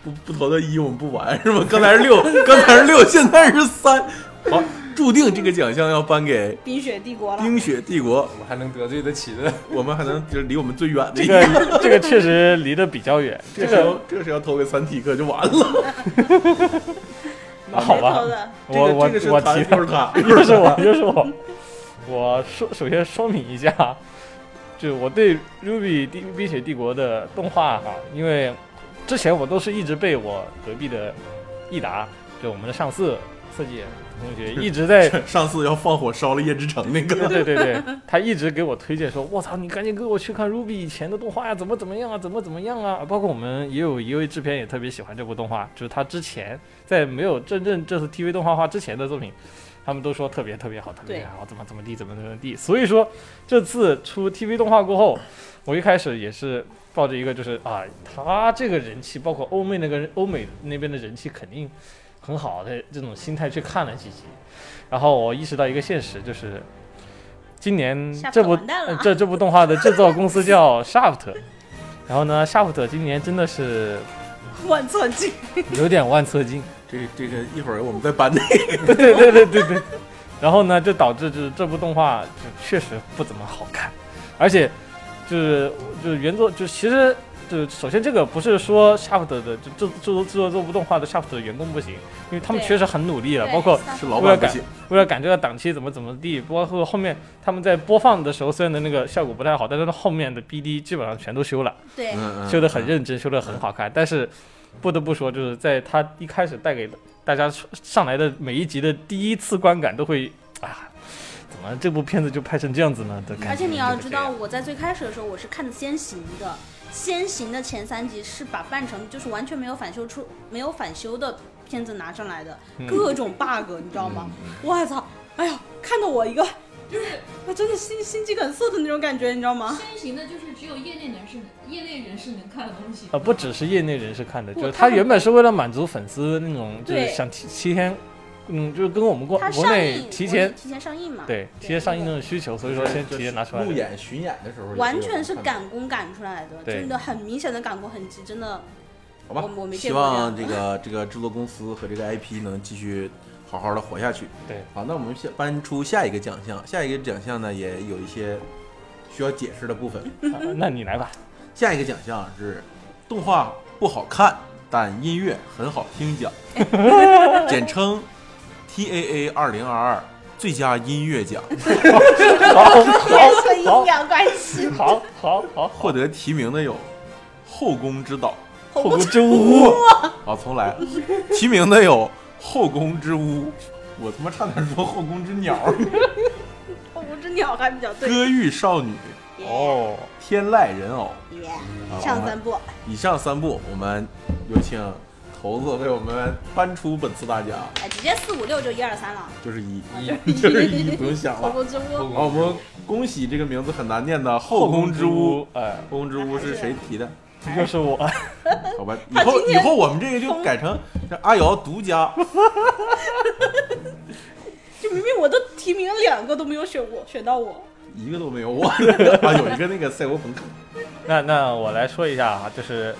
A: 不不投到一我们不玩是吧？刚才是六，刚才是六，现在是三。好，注定这个奖项要颁给
B: 冰雪帝国了，
A: 冰雪帝国，
C: 我们还能得罪得起的，
A: 我们还能就是离我们最远的一
D: 这
A: 个。
D: 个这个确实离得比较远，
A: 这
D: 这
A: 个时候
D: 个，
A: 这个时候要投给三体可就完了。
D: 那好
B: 谁
D: 吧
B: 投的，
A: 这
D: 我
A: 个
D: 我
A: 这个是
D: 我
A: 他
D: 提
A: 又是 他，
D: 又是我，又是我。我说，首先说明一下，就是我对 Ruby 帝冰雪帝国的动画哈，因为之前我都是一直被我隔壁的益达，就我们的上司设计同学一直在。
A: 上次要放火烧了夜之城那
D: 对
A: 个，
D: 对对对，他一直给我推荐说，我操，你赶紧给我去看 Ruby 以前的动画呀，怎么怎么样啊，怎么怎么样啊。包括我们也有一位制片也特别喜欢这部动画，就是他之前在没有真正这次 TV 动画化之前的作品，他们都说特别特别好，特别
B: 对
D: 好，怎么怎么地，怎么怎么地。所以说这次出 TV 动画过后，我一开始也是抱着一个就是啊，他这个人气，包括欧美那个欧美那边的人气肯定很好的这种心态去看了几集，然后我意识到一个现实就是。今年
B: Shaft
D: 这部、
B: 完蛋了
D: 呃这这部动画的制作公司叫 Shaft，然后呢，Shaft 今年真的是
B: 万寸金，
D: 有点万 策金，
A: 这这个一会儿我们再颁那个。
D: 对对对对对对。然后呢，就导致就是这部动画就确实不怎么好看，而且就是就是原作就其实就是首先这个不是说 Shaft 的就制制作制作这部动画的 Shaft 的员工不行，因为他们
B: 对
D: 确实很努力了，
B: 对
D: 包括
A: 是老板不行，
D: 为了赶这个档期怎么怎么地，包括后面他们在播放的时候虽然的那个效果不太好，但是后面的 BD 基本上全都修了。
B: 对，
A: 嗯嗯，
D: 修得很认真，修得很好看。但是不得不说，就是在他一开始带给大家上来的每一集的第一次观感，都会啊，怎么这部片子就拍成这样子呢的感觉。
B: 而且你要知道，
D: 就是
B: 我在最开始的时候我是看的《先行》的，《先行》的前三集是把半成就是完全没有返修出没有返修的片子拿上来的，
D: 嗯
B: 各种 bug，你知道吗？我操！哎呀，看得我一个就是我真的心心肌梗塞的那种感觉，你知道吗？
E: 先行的就是只有业内人士能业内人士能看的东西
D: 这样。呃，不只是业内人士看的，
B: 不
D: 就是
B: 他
D: 他
B: 很
D: 原本是为了满足粉丝那种，就是
B: 对
D: 想提提前，嗯，就是跟我们国
B: 它
D: 国
B: 上
D: 内
B: 映
D: 提
B: 我
D: 前
B: 提前上映嘛？
D: 对提前上映那种需求，所以说先提前拿出来
A: 路。演巡演的时候，
B: 完全是赶工赶出来的，
D: 对
B: 真的很明显的赶工痕迹，真的
A: 好吧
B: 我我，没见
A: 希
B: 过
A: 望
B: 这
A: 这
B: 样
A: 个这个制作公司和这个 IP 能继续好好的活下去。
D: 对，
A: 好，那我们下搬出下一个奖项，下一个奖项呢也有一些需要解释的部分。
D: 啊那你来吧。
A: 下一个奖项是动画不好看，但音乐很好听 奖，简称 TAA 二零二二最佳音乐奖，
B: 和
D: 好，
B: 阴阳怪气，
D: 好，好，好，好，
A: 获得提名的有《后宫之岛》。
B: 后
D: 后
B: 宫
D: 宫之屋，
A: 好，重来。齐名的有《后宫之屋》，我他妈差点说《后宫之鸟》。
B: 后宫之鸟还比较对。
A: 歌剧少女、
D: 哦，，
A: 天籁人偶。
B: 耶
A: 好
B: 上三部，
A: 以上三部，我们有请头子为我们颁出本次大奖，
B: 哎，直接四五六就一二三了。
A: 就是 一，
C: 一
A: 一就是一，不用想
B: 后
A: 了。
B: 宫之屋，
A: 好，我们恭喜这个名字很难念的《后宫之屋》。《
D: 哎，
A: 后宫之屋》是谁提的？
D: 又是我，
A: 好吧，以
B: 他
A: 后
B: 今
A: 以
B: 天
A: 后我们这个就
B: 疯
A: 改成这阿瑶独 家。
B: 就明明我都提名了两个都没有选我，选到我。
A: 一个都没有，我 啊有一个那个赛博朋克，
D: 那那我来说一下啊，就是，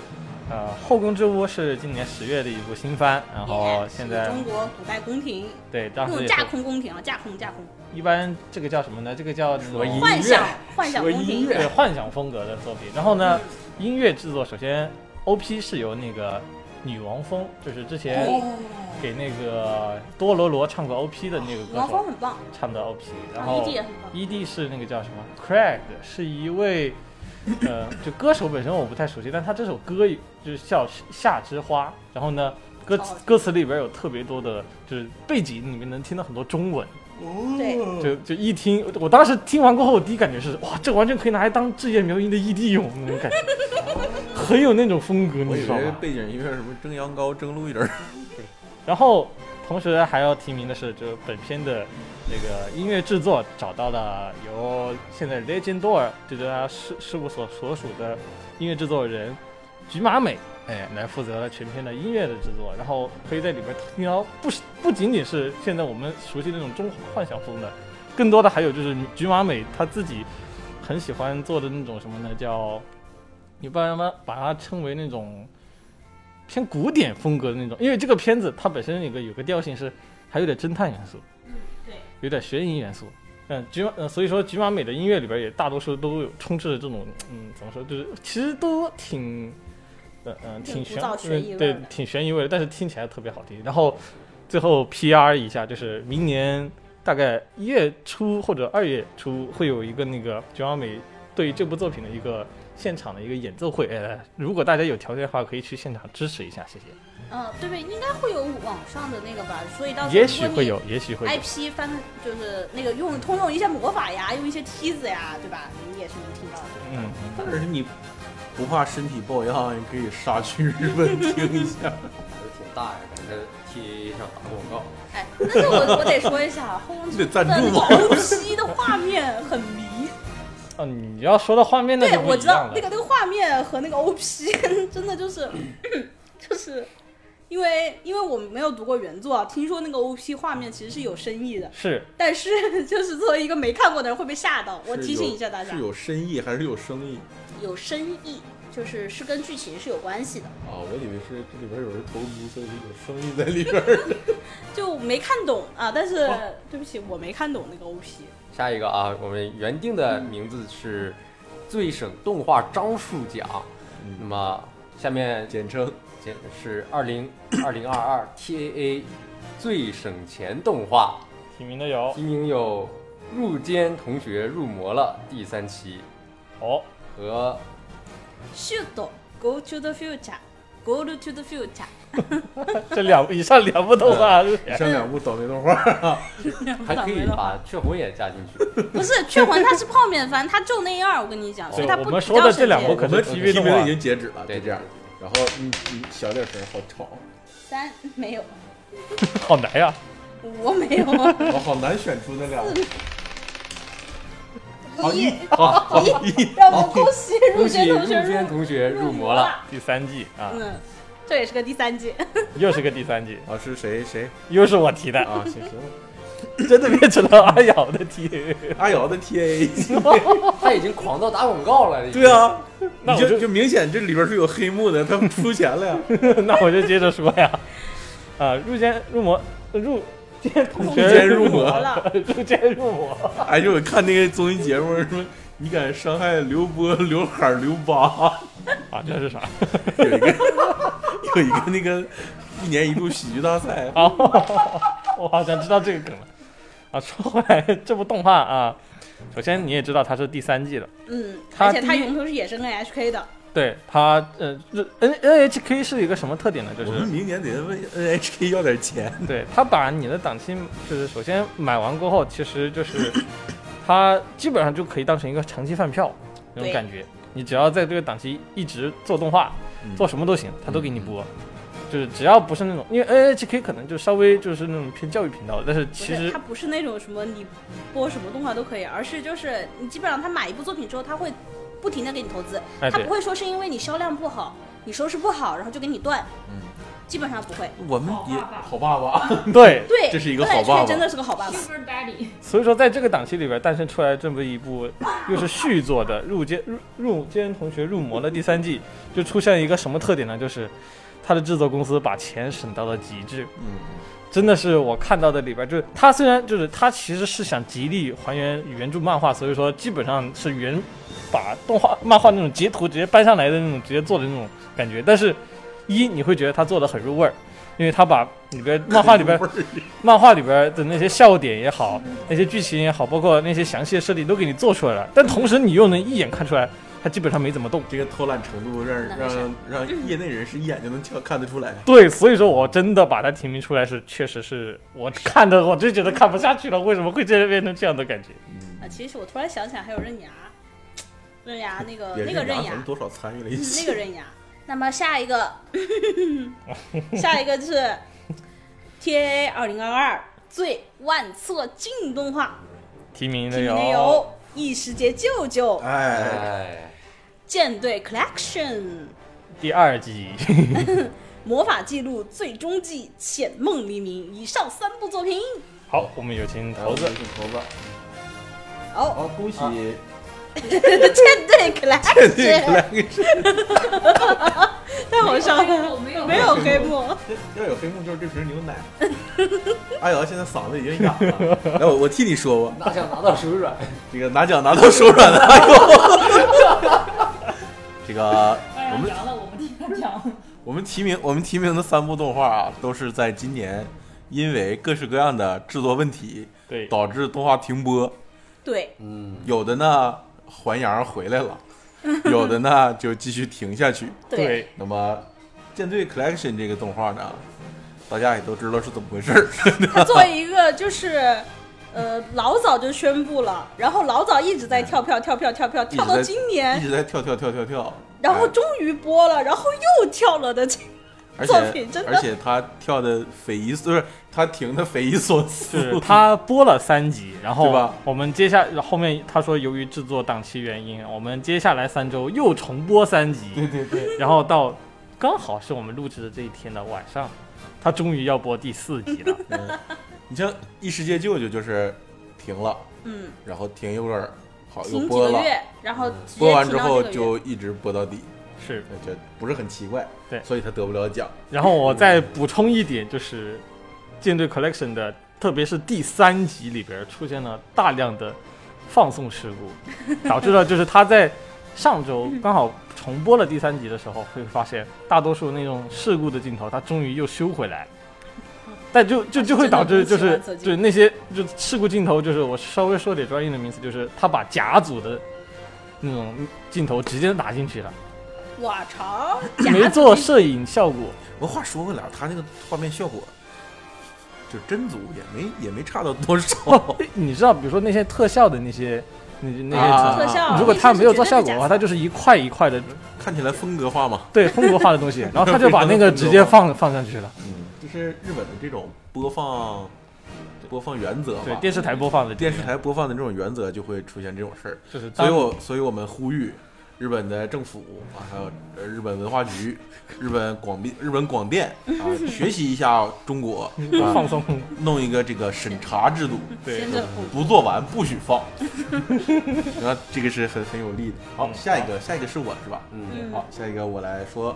D: 呃，《后宫之屋》是今年十月的一部新番，然后
B: Yeah，
D: 现
B: 是
D: 在
B: 中国古代宫廷
D: 对当
B: 那
D: 时
B: 种
D: 也
B: 架
D: 是
B: 空宫廷啊，架空架空，
D: 一般这个叫什么呢？这个叫那种
C: 说音乐
B: 幻想幻想
C: 说
B: 宫
C: 音
B: 廷
C: 乐，
D: 对幻想风格的作品。然后呢，音乐制作首先 OP 是由那个女王风，就是之前
B: 哦，
D: 给那个多罗罗唱过 OP 的那个歌
B: 王峰
D: 手
B: 很棒，
D: 唱的 OP，然
B: 啊
D: 后
B: ED 也很棒
D: ED 是那个叫什么 Craig，是一位。呃，就歌手本身我不太熟悉，但他这首歌就是叫《夏之花》，然后呢，歌词
B: 哦
D: 歌词里边有特别多的，就是背景里面能听到很多中文，嗯
B: 对
D: 就就一听，我当时听完过后，我第一感觉是哇，这完全可以拿来当职业苗音的异地用那种感觉，很有那种风格，
A: 我
D: 你
A: 以
D: 知道
A: 为
D: 吗？
A: 背景音乐什么蒸羊羔、蒸鹿尾儿，
D: 然后同时还要提名的是，就是本片的那个音乐制作找到了由现在 Legendor 这家事事务所所属的音乐制作人菊马美。哎，来负责了全片的音乐的制作，然后可以在里边听到不是不仅仅是现在我们熟悉的那种中华幻想风的，更多的还有就是菊马美她自己很喜欢做的那种什么呢？叫你不然把把它称为那种偏古典风格的那种，因为这个片子它本身有个有个调性是还有点侦探元素，
B: 嗯
E: 对，
D: 有点悬疑元素。嗯，菊马呃，所以说菊马美的音乐里边也大多数都有充斥着这种，嗯，怎么说，就是其实都挺，呃呃，挺
B: 挺
D: 悬，
B: 古早悬疑
D: 嗯
B: 味
D: 对
B: 儿的，
D: 挺悬疑味的，但是听起来特别好听。然后最后 PR 一下，就是明年大概一月初或者二月初会有一个那个菊马美对于这部作品的一个现场的一个演奏会，呃，如果大家有条件的话，可以去现场支持一下，谢谢。
B: 嗯，对对，应该会有网上的那个吧，所以到时候
D: 也许
B: 如果
D: 会
B: 你哎
D: 有，也许会有。
B: IP 翻就是那个用通用一些魔法呀，用一些梯子呀，对吧？你也是能听到的。
D: 嗯，
A: 但是你不怕身体抱恙，你可以杀去日本听一下。
C: 都挺大呀，感觉 T A 上打广告。
B: 哎，但是我我得说一 下，后宫
A: 你
B: 之
A: 得
B: 的
A: 赞助吧
B: OP 的画面很迷，
D: 哦，你要说到画面那
B: 对
D: 就不
B: 我
D: 一
B: 知道
D: 样了
B: 那。个那个画面和那个 OP 真的就是 就是。因为因为我没有读过原作啊，听说那个 OP 画面其实是有深意的，
D: 是
B: 但是 就是作为一个没看过的人会被吓到。 我提醒一下大家
A: 是，有深意还是有生意？
B: 有深意就是是跟剧情是有关系的。
A: 啊，我以为是这里边有人投资，所以有生意在里边 儿。
B: 就没看懂啊，但是、
D: 哦
B: 对不起，我没看懂那个 OP。
C: 下一个啊，我们原定的名字是最省动画招数奖，那
A: 嗯
C: 么下面
A: 简称
C: 简是二零 二零二二 TAA 最省钱动画，
D: 提名的有
C: 提名有《入间同学入魔了》第三期
D: 哦，
C: 和
B: Shoot, go to the future, go to the future。
D: 这两以上两部动
B: 啊
D: 画，
A: 以上两部倒霉动画啊，
C: 还可以把雀魂也加进去，
B: 不 是雀魂，它是泡面番，它就那样。我跟你讲，所以它
D: 对
B: 不
D: 我们
B: 比
D: 说
B: 较
D: 的
B: 省
D: 这两
B: 钱
D: 部可
A: 我们
D: 是
A: 提
D: TV 动画
A: 已经截止了，
C: 对
A: 就这样。然后你你小点声，好吵，
B: 三没有，
D: 好难呀、
B: 我没有啊。
A: 我哦好难选出那 两个。好
B: 一
A: 一好一，
B: 让我们恭喜入
C: 恭喜
B: 间
C: 入
B: 同学
C: 间
B: 入
C: 同学入魔 了，。
D: 第三季啊，
B: 嗯，这也是个第三季。
D: 又是个第三季，
A: 啊是谁谁
D: 又是我提的。
A: 啊？谁谁？
D: 真的 变成了阿瑶的 T。
A: 阿瑶的 TA，
C: 他已经狂到打广告了。已经
A: 对，啊，
D: 那
A: 你
D: 我
A: 就
D: 就
A: 就明显这里边是有黑幕的，他们出钱了 呀。
D: 那我就接着说呀，啊，入监入魔呃入监同学
A: 入 监入魔
B: 了，
D: 入监入魔，
A: 哎，就我看那个综艺节目，什么你敢伤害刘波、刘海、刘疤，
D: 啊，这是啥？
A: 有一个 有一个那个一年一度喜剧大 赛，
D: 啊，我好像知道这个梗了。啊， 说回来，这部动画啊，首先你也知道它是第三季了，
B: 嗯，
D: 他
B: 而且他
D: 第一
B: 永头是也是 NHK 的，
D: 对它，呃，N N H K 是一个什么特点呢？就
A: 我们
D: 是
A: 明年得问 NHK 要点钱。
D: 对它把你的档期，就是首先买完过后，其实就是 它基本上就可以当成一个长期饭票那种
B: 对
D: 感觉。你只要在这个档期一直做动画，
A: 嗯
D: 做什么都行，它都给你播。就是只要不是那种，因为 N H K 可能就稍微就是那种偏教育频道的，但是
B: 不
D: 其
B: 是
D: 实
B: 他不是那种什么你播什么动画都可以，而是就是你基本上他买一部作品之后，他会不停的给你投资，
D: 哎
B: 他
D: 对
B: 不，会说是因为你销量不好，你收视不好，然后就给你断，
A: 嗯
B: 基本上不会。
A: 我们也好爸 爸，
D: 对，
B: 对，
A: 这是一个好爸爸
B: NHK 真的是个好爸 爸。
E: Sugar Daddy，
D: 所以说，在这个档期里边诞生出来这么一部又是续作的《入监入入监同学入魔》的第三季，就出现一个什么特点呢？就是它的制作公司把钱省到了极致，
A: 嗯，
D: 真的是我看到的里边，就是它虽然就是它其实是想极力还原原著漫画，所以说基本上是原把动画漫画那种截图直接搬上来的那种直接做的那种感觉，但是一你会觉得它做的很入味儿，因为它把里边漫画里边
A: 不是
D: 漫画里边的那些笑点也好，
B: 嗯
D: 那些剧情也好，包括那些详细的设定都给你做出来了，但同时你又能一眼看出来，它基本上没怎么动。
A: 这个偷懒程度让
B: 那没事
A: 让让业内人士一眼就能瞧看得出来。
D: 对，所以说我真的把它提名出来是，确实是我看的我就觉得看不下去了，为什么会这变成这样的感觉？
B: 啊，其实我突然想起来还有刃牙，刃牙那个
A: 也
B: 那个
A: 是
B: 刃
A: 咱
B: 牙
A: 们，多少参与了一
B: 嗯那
A: 些。
B: 个刃牙。那么下一个， 下一个就是 T A 二零二二最万策进动画，
D: 提名
B: 提
D: 的
B: 名的
D: 有
B: 有异世界舅舅、
A: 哎，
C: 哎，
B: 舰队 Collection、
D: 第二季，
B: 魔法记录最终季、浅梦黎明，以上三部作品。
D: 好，我们有请
A: 猴
D: 头
A: 子
D: 子，，
A: 猴子，
B: 哦，
A: 好，恭喜
C: 啊
B: 舰队 Collection，
A: 来个
B: 太好笑了，
E: 没有
B: 没有黑幕。
A: 要有黑幕就是这瓶牛奶。阿瑶现在嗓子已经哑了，来我我替你说吧，
C: 那想拿到手软，
A: 这个拿奖拿到手软了，哎呦， 这个我
E: 哎呀
A: 们
E: 凉了，我们替他讲。
A: 我们提名我们提名的三部动画啊，都是在今年因为各式各样的制作问题
D: 对，
A: 导致动画停播，
B: 对，
C: 嗯，
A: 有的呢还阳回来了，有的呢就继续停下去。
B: 对，
A: 那么舰队 Collection 这个动画呢，大家也都知道是怎么回事 儿。
B: 他作为一个就是，呃，老早就宣布了，然后老早一直在跳票跳票跳票跳到今
A: 一
B: 年，
A: 直在跳跳跳跳跳，
B: 然后
A: 哎
B: 终于播了，然后又跳了的这，
A: 而且
B: 作品真的
A: 而且他跳的匪夷所，就是他停的匪夷所思，
D: 就是 他播了三集，然
A: 对
D: 后
A: 吧
D: 我们接下后面他说由于制作档期原因，我们接下来三周又重播三集，
A: 对对对，
D: 然后到刚好是我们录制的这一天的晚上，他终于要播第四集了。
A: 嗯， 你像异世界舅舅就是停了，
B: 嗯，
A: 然后停一会儿，好哦又
B: 停几
A: 播
B: 个
A: 了，嗯
B: 月，然后直接
A: 播完
B: 停
A: 之
B: 到
A: 后
B: 这个月
A: 就一直播到底，
D: 是，
A: 那这不是很奇怪，
D: 对
A: 所以他得不了奖，
D: 然后我再补充一点，就是《舰队 Collection》的，特别是第三集里边出现了大量的放送事 故，导致了就是他在上周刚好重播了第三集的时候，会发现大多数那种事故的镜头，他终于又修回来。但就就就会导致就
B: 真的
D: 是
B: 不喜欢这
D: 对那些就事故镜头，就是我稍微说点专业的名词，就是他把甲组的那种镜头直接打进去了，
B: 我 操，
D: 没做摄影效果，
A: 不过话说回来，他那个画面效果，就真足也没也没差到多少。
D: 哎你知道，比如说那些特效的那些那那些
A: 啊
B: 特效，
D: 如果他没有做效
B: 一
D: 果
B: 定
D: 的
B: 是
D: 话，他就是一块一块的，
A: 看起来风格化嘛，
D: 对风格化的东西，然后他就把那个直接放放上去了，
A: 嗯，就是日本的这种播放播放原则
D: 对
A: 吧，
D: 电视台播放的
A: 电视台播放的这种原则就会出现这种事儿，
D: 就是当
A: 所以我所以我们呼吁日本的政府啊，还有呃日本文化 局、日本广电、日本广电啊，学习一下中国啊，
D: 放松，
A: 弄一个这个审查制度，
D: 对
B: 先，政府
A: 不做完不许 放。然后这个是很很有利的。好，
D: 嗯
A: 下一个，下一个是我是吧？
C: 嗯
B: 嗯
A: 好，下一个我来说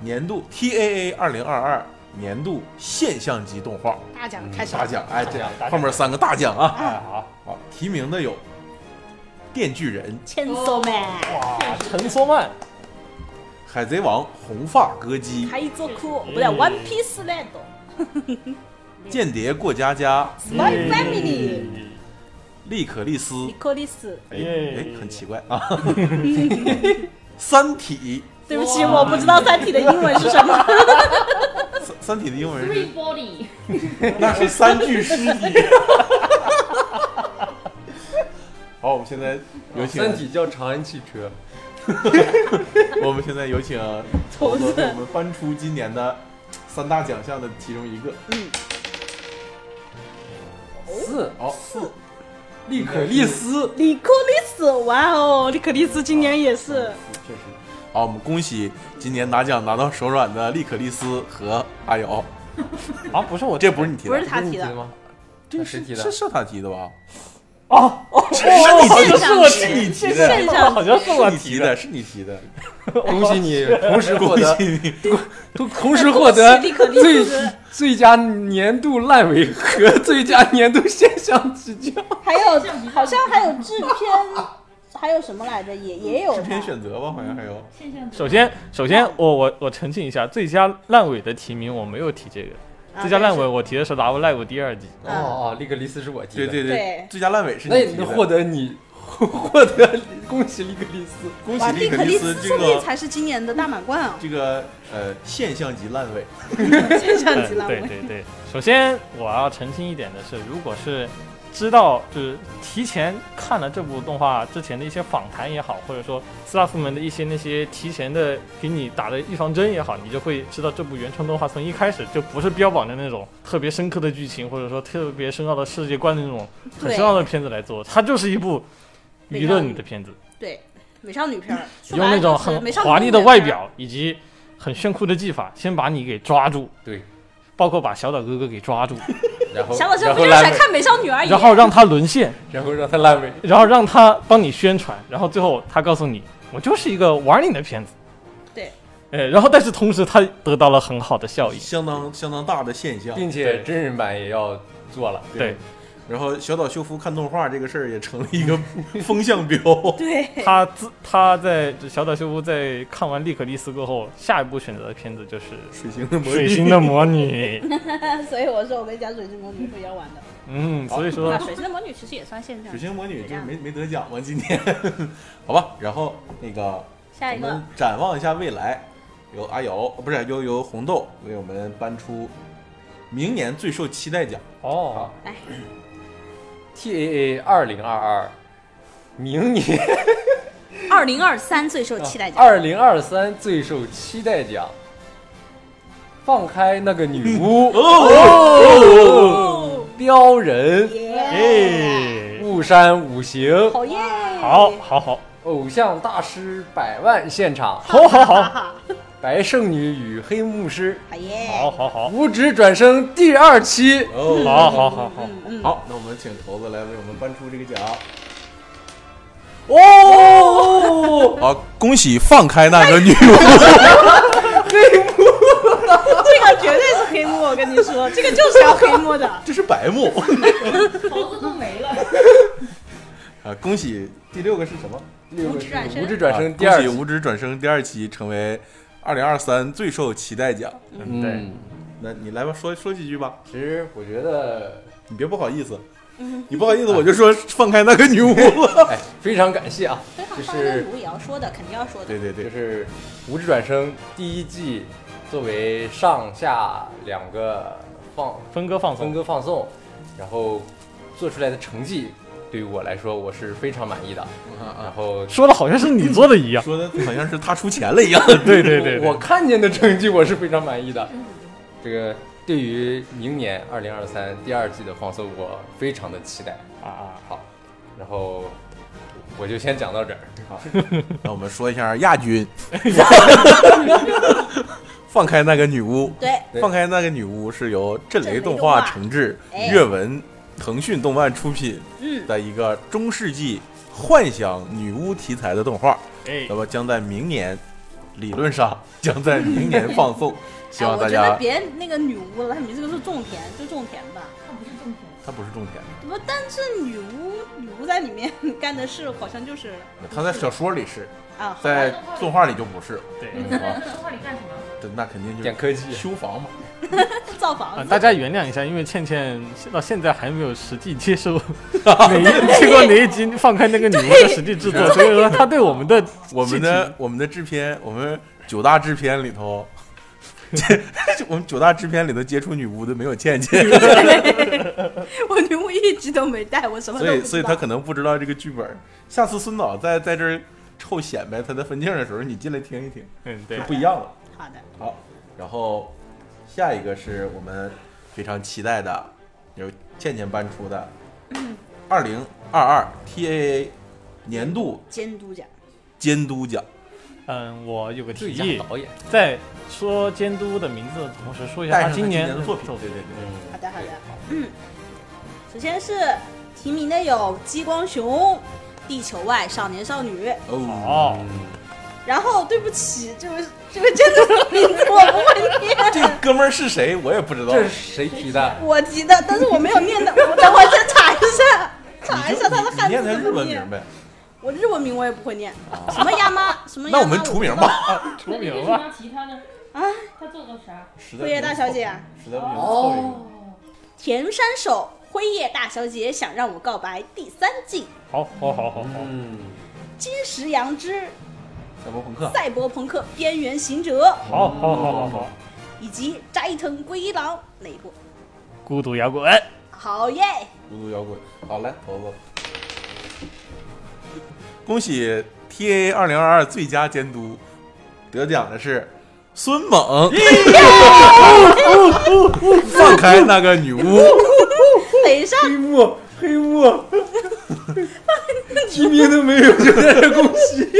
A: 年度 TAA 二零二二年度现象级动画
B: 大奖开始
A: 大奖，哎，这样
D: 大奖
A: 后面三个大奖啊。
D: 哎好，
A: 好，提名的有《电锯人》《
B: 千手 man，
D: 哦哇，啊陈缩曼，
A: 海贼王》《红发歌姬》
B: 还
A: 《
B: 一座哭，不对
D: 嗯
B: ，One Piece Land，
A: 间谍过家家》
B: 《My Family》，
A: 《利可利斯》
B: 尼克利斯，
A: 哎，
D: 耶
A: 哎，很奇怪啊，《三体
B: 对不起，我不知道《三体》的英文是什么。》
A: 三，《三体》的英文是
E: ，Three Body，
A: 那是三具尸体。好，我们现在有请
C: 三体叫长安汽车，
A: 我们现在有请呃
B: 头子
A: 我们搬出今年的三大奖项的其中一个。
C: 四
A: 好，四
C: 利可利斯，
B: 里克利斯，哇哦，里克利斯今年也是，
A: 确实。好，我们恭喜今年拿奖拿到手软的利可利斯和阿 瑶。
D: 啊，不是我
A: 这不是你提
B: 不
A: 的
B: 是，他提
C: 的
B: 的，
C: 吗？
A: 这个
C: 是
A: 是
C: 提的
A: 是是他提的吧？
D: 哦，
A: 是你提的，是
B: 现象
A: 我
B: 级
A: 是你提
B: 现
A: 的，
B: 象级
D: 好像是我
A: 你
D: 提
A: 提，的，是你提的。
C: 恭喜你 同时获
A: 恭
C: 得
A: 喜你！
C: 同哦同时获 得
B: 恭喜利可利
C: 最
B: 斯
C: 最佳年度烂尾和最佳年度现象级奖。
B: 还有好像还有制片，还有什么来着，也也有
A: 制
B: 他
A: 片选择吧，好像还有。
E: 现象级
D: 首先，首先我我我澄清一下，最佳烂尾的提名我没有提这个，
B: 啊
D: 最佳烂尾，我提的是《Love Live》第二季。
C: 哦哦，利格利斯是我提
A: 对
C: 的。
A: 对
B: 对
A: 最佳烂尾是
C: 那
A: 你
C: 你
A: 提
C: 能
A: 的。
C: 获得你 获得恭喜利格利斯，
A: 恭
B: 哇，
A: 喜
B: 利
A: 利
B: 可
A: 可
B: 利
A: 斯
B: 斯
A: 这
B: 说不定
A: 个
B: 才是今年的大满 贯啊，
A: 这个呃现象级烂尾。
B: 现象级
D: 嗯
B: 烂
D: 对
B: 尾，
D: 对对，首先我要澄清一点的是，如果是知道就是提前看了这部动画之前的一些访谈也好，或者说斯拉夫们的一些那些提前的给你打的预防针也好，你就会知道这部原创动画从一开始就不是标榜的那种特别深刻的剧情，或者说特别深奥的世界观的那种很深奥的片子来做，它就是一部娱乐你的片子。
B: 对美少女片儿，说
D: 用
B: 白
D: 那
B: 了
D: 种
B: 就是
D: 很
B: 美少女
D: 华丽
B: 公
D: 的
B: 园
D: 外
B: 片儿，
D: 表以及很炫酷的技法，先把你给抓住，
C: 对，
D: 包括把小岛哥哥给抓住，
C: 然后
B: 小老师
C: 然
B: 不
C: 后
B: 就是
C: 烂
B: 来
C: 尾，
B: 看美少女而已，
D: 然后让他沦陷，
C: 然后让他烂尾。
D: 然后让他帮你宣传，然后最后他告诉你，我就是一个玩你的骗子。
B: 对，
D: 呃，然后但是同时他得到了很好的效益。
A: 哦相当相当大的现象。
C: 并且真人版也要做了。
D: 对
A: 然后小岛秀夫看动画这个事儿也成了一个 风向标。
B: 对，
D: 他自他在小岛秀夫在看完《利可利斯》过后，下一步选择的片子就是
A: 水星的
D: 《
A: 魔
D: 水
A: 力
D: 星的魔女》。
B: 所以我说我跟你讲水星魔女是一样玩的，
D: 嗯，所以说
B: 那水星的魔女其实也算现象
A: 水，星魔女这没没得奖吗？今天， 好吧。然后那个，
B: 下
A: 我
B: 一个
A: 们展望一下未来，由阿瑶哦不是由由红豆为我们搬出明年最受期待奖。
D: 哦，
C: T A A 二零二二，明年
B: 二零二三最受期待奖，
C: 二零二三最受期待奖。放开那个女巫
A: 哦
C: 哦，标人
D: 哎
B: 耶，
D: 耶，
C: 雾山五行
B: 好耶，
D: 好好好，
C: 偶像大师百万现场，
D: 好
B: 哈
D: 好好。
B: 哈，
C: 白圣女与黑牧师
B: 好耶，
D: 好好好，
C: 五指转生第二期，
A: 哦
D: 好好好好，
B: 嗯嗯，
A: 好，那我们请猴子来为我们搬出这个奖。
C: 哦，
A: 好，恭喜放开那个女巫。
B: 这个绝对是黑幕，我跟你说，这个就是要黑幕 的。
A: 这是白目
E: 头子都没了，
A: 啊！恭喜第六个是什么？
C: 六
B: 五
C: 个
B: 指
C: 是
B: 转生
C: 五指转生第
A: 啊
C: 二
A: 恭喜
C: 期，
A: 五指转生第二期成为二零二三最受期待奖。
D: 嗯对，
C: 嗯，
A: 那你来吧，说说几句吧，
C: 其实我觉得，
A: 你别不好意思，
B: 嗯
A: 你不好意思我就说放开那个女巫 了。
C: 哎，非常感谢啊，
B: 非常
C: 就
B: 棒的
C: 是
B: 舞也要说的，肯定要说的
A: 对。对
C: 就
A: 对，
C: 是五指转生第一季作为上下两个放
D: 分割放
C: 分
D: 松，
C: 割放送，然后做出来的成绩对于我来说我是非常满意的，然
A: 啊
C: 后
D: 说的好像是你做的一
A: 啊，
D: 样。
A: 说的好像是他出钱了一样。
D: 对对对，对
C: 我看见的成绩我是非常满意的。这个对于明年二零二
D: 啊
C: 三第二季的放送，我非常的期待。
D: 啊啊，
C: 好，然后我就先讲到这儿。
A: 那我们说一下亚 军，放开那个女巫，
B: 对，
C: 对
A: 放开那个女巫是由震雷动
B: 震雷动画
A: 承制、
B: 哎
A: 阅文、腾讯动漫出品
B: 嗯，
A: 的一个中世纪幻想女巫题材的动画，
D: 哎
A: 那，么将在明年，理论上将在明年放 送，希望
B: 哎、
A: 大
B: 我觉得
A: 家。
B: 别那个女巫了，你这个是种田，就种田吧。
E: 它不是正片，
A: 它不是种田，
B: 不，但是女巫女巫在里面 干的事好像就是
A: 它在小说里是，
B: 啊，好
A: 在动画里就不是，
D: 对
E: 你在那个动画里干什么？
A: 对那肯定就
C: 点
A: 是
C: 科技，
A: 修房嘛。
B: 造房
D: 啊，
B: 子。
D: 大家原谅一下，因为倩倩到现在还没有实际接 受哪一听过哪一集放开那个女巫的实际制作，所以说她对 我们的
A: 我们的我们的制片，我们九大制片里 头，这我们九大制片里头接触女巫的没有倩 倩，
B: 我女巫一集都没带，我什么都
A: 所
B: 不知
A: 以
B: 道。
A: 所以她可能不知道这个剧本。下次孙导在在这儿臭显摆他的分镜的时候，你进来听一听，
D: 嗯对
A: 就不一样了。
B: 好的，
A: 好，然后下一个是我们非常期待的，由倩倩搬出的
B: 嗯
A: 二零二二 TAA 年度
B: 监督奖
A: 监督奖。
D: 嗯，我有个提
C: 最佳
D: 议，
C: 导演。
D: 在说监督的名字的同时，说一
A: 带上
D: 下他
A: 他今
D: 今年
A: 年的作品对对
C: 嗯，
B: 好的好的，嗯，首先是提名的有《激光熊》《地球外少年少女》，
A: 哦，
D: 哦，
C: 嗯
B: 然后对不起，这位这位监督的名字我不会念，
A: 这哥们儿是谁？我也不知道。
C: 这是谁提的？
B: 我提的，但是我没有念的，我等会儿再查一下，查一
A: 你
B: 下
A: 就
B: 他的
A: 你
B: 汉
A: 念
B: 字
A: 他
B: 怎
A: 日
B: 么
A: 文名
B: 念。
A: 呗。
B: 我日文名我也不会念，什么亚妈什么
A: 那
B: 亚妈。
A: 我们除名 吧。
D: 出
E: 那你为
D: 名
E: 什么
D: 了，
E: 要提他呢？
B: 啊，
E: 他做过啥？
A: 实在
B: 辉夜大小姐，啊
A: 实在不行凑一个。
E: 哦，
B: 田山守《辉夜大小姐想让我告白》第三季，
D: 好，好，好，好，好，
C: 嗯，
B: 金石阳之
A: 赛博朋克
B: 《赛博朋克：边缘行者
D: 好，好，好，好，好，
B: 以及斋藤圭一郎哪一部？
D: 孤独摇滚，
B: 好耶！
A: 孤独摇滚。好，来，猴子，恭喜 TA 二零二二最佳监督得奖的是孙猛，放开那个女巫，
B: 等一下，
C: 黑幕，黑 幕，提名都没有就在这恭喜。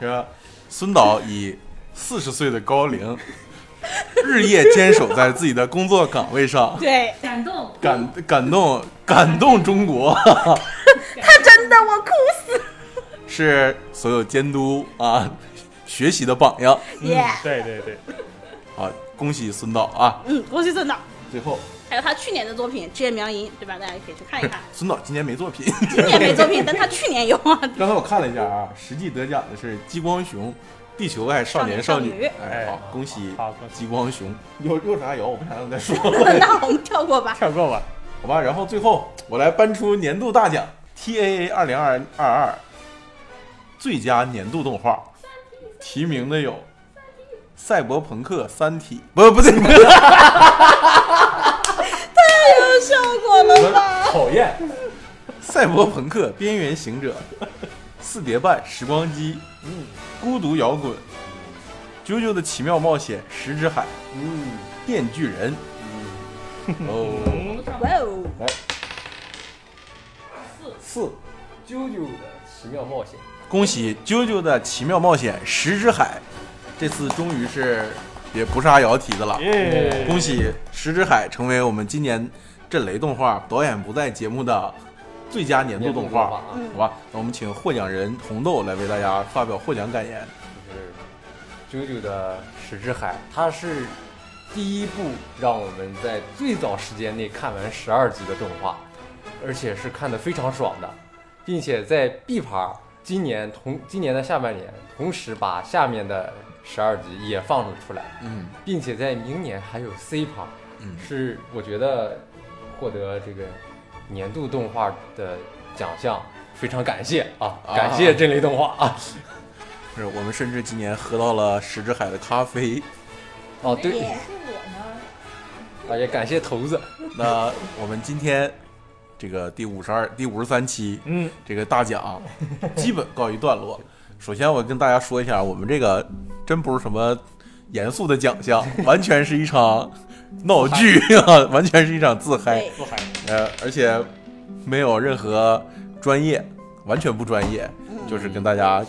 A: 是吧？孙导以四十岁的高龄，日夜坚守在自己的工作岗位上，
B: 对
E: 感动，
A: 感感动感动中国。
B: 他真的我哭
A: 是所有监督啊学习的榜样
B: 死耶！
D: 对对对，
A: 啊！恭喜孙导啊！
B: 嗯，恭喜孙导。
A: 最后，
B: 还有他去年的作品《职业苗银》，对吧？大家也可以去看一看。
A: 孙导今年没作品。
B: 今年没作品，但他去年有啊。
A: 刚才我看了一下啊，实际得奖的是《激光熊》《地球外少年少女》
B: 少年少
A: 哎，
D: 哎
A: 好，恭喜
D: 好恭
A: 《
D: 喜
A: 激光熊》又又啥有？我不想再说
B: 那我们跳过吧。
D: 跳过吧，
A: 好吧。然后最后我来颁出年度大奖 TAA 二零二二二最佳年度动画，提名的有《赛博朋克》《三体》，不不对，不对
B: 有效果了吧？
A: 讨厌。赛博朋克、边缘行者、 四叠半、时光机、
C: 嗯
A: 孤独摇滚、啾啾的奇妙冒险、石之海、
C: 嗯
A: 电锯人。哦，
E: 我上
B: 哇哦！
E: 四，
A: 四，
C: 啾啾的奇妙冒险，
A: 恭喜啾啾的奇妙冒险、石之海，这次终于是也不是阿瑶提的了。
D: 耶，
A: 哎恭喜石之海成为我们今年震雷动画导演不在节目的最佳年度动画。
C: 啊，
B: 嗯
A: 好，吧，那我们请获奖人红豆来为大家发表获奖感言。
C: 就是啾啾的石之海，它是第一部让我们在最早时间内看完十二集的动画，而且是看得非常爽的，并且在 B 盘今年同今年的下半年，同时把下面的十二集也放了出来。
A: 嗯
C: 并且在明年还有 C 盘，
A: 嗯
C: 是我觉得获得这个年度动画的奖项，非常感谢啊，
A: 啊
C: 感谢震雷动画啊。
A: 是我们甚至今年喝到了石之海的咖啡。
C: 哦，对，
B: 耶
E: 是我呢？
C: 啊也感谢头子，
A: 那我们今天这个第五十二、第五十三期
D: 嗯，
A: 这个大奖基本告一段落。首先，我跟大家说一下，我们这个真不是什么严肃的奖项，完全是一场闹剧 啊，完全是一场自嗨。
B: 对，
D: 不喊，
A: 呃，而且没有任何专业、完全不专业，
B: 嗯
A: 就是跟大家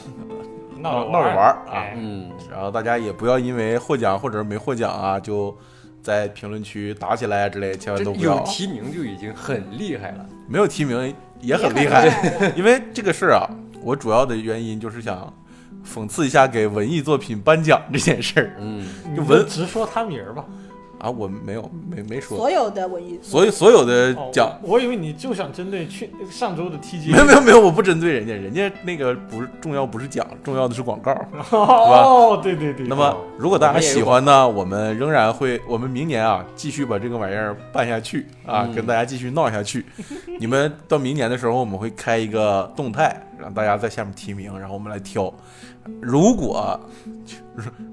D: 闹着
A: 闹着玩儿啊
D: 哎
C: 嗯，
A: 然后大家也不要因为获奖或者没获奖啊，就在评论区打起来啊之类，千万
C: 这
A: 都不
C: 有
A: 要。
C: 提名就已经很厉害了。
A: 没有提名也
B: 也
A: 很厉 害，因为这个事儿啊，我主要的原因就是想讽刺一下给文艺作品颁奖这件事儿
C: 嗯，
D: 你
A: 就
D: 就
A: 文
D: 直说他名儿吧。
A: 啊，我没有没没说，
B: 所有的文艺，
A: 所以所有的
D: 哦
A: 奖。
D: 我我以为你就想针对去上周的 TG，
A: 呃没有 没有没有，我不针对人家，人家那个不是重要，不是奖，重要的是广告。
D: 哦，对对对。
A: 那么，如果大家喜欢呢，我们仍然会，我们明年啊，继续把这个玩意儿办下去啊，
C: 嗯
A: 跟大家继续闹下去。你们到明年的时候，我们会开一个动态，让大家在下面提名，然后我们来挑。如果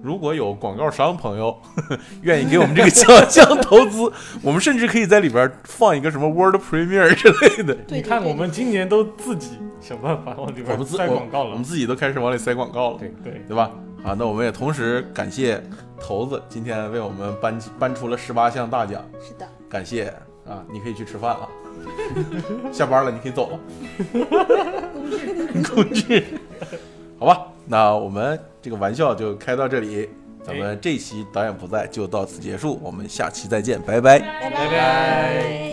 A: 如果有广告商朋友呵呵愿意给我们这个奖项投资，我们甚至可以在里边放一个什么 World Premiere 之类的。
B: 对对
D: 你看
B: 对
D: 我们今年都自己想办法往里
A: 我
D: 边
A: 们自
D: 塞广告
A: 我，
D: 了
A: 我们。自己都开始往里塞广告了。
D: 对，
A: 对吧？啊，那我们也同时感谢头子今天为我们颁颁出了十八项大奖，
B: 是的，
A: 感谢啊！你可以去吃饭了， 下班了你可以走了， 工具，好吧？那我们这个玩笑就开到这里，咱们这期导演不在就到此结束，我们下期再见，拜拜。
E: 拜
B: 拜
D: 拜拜。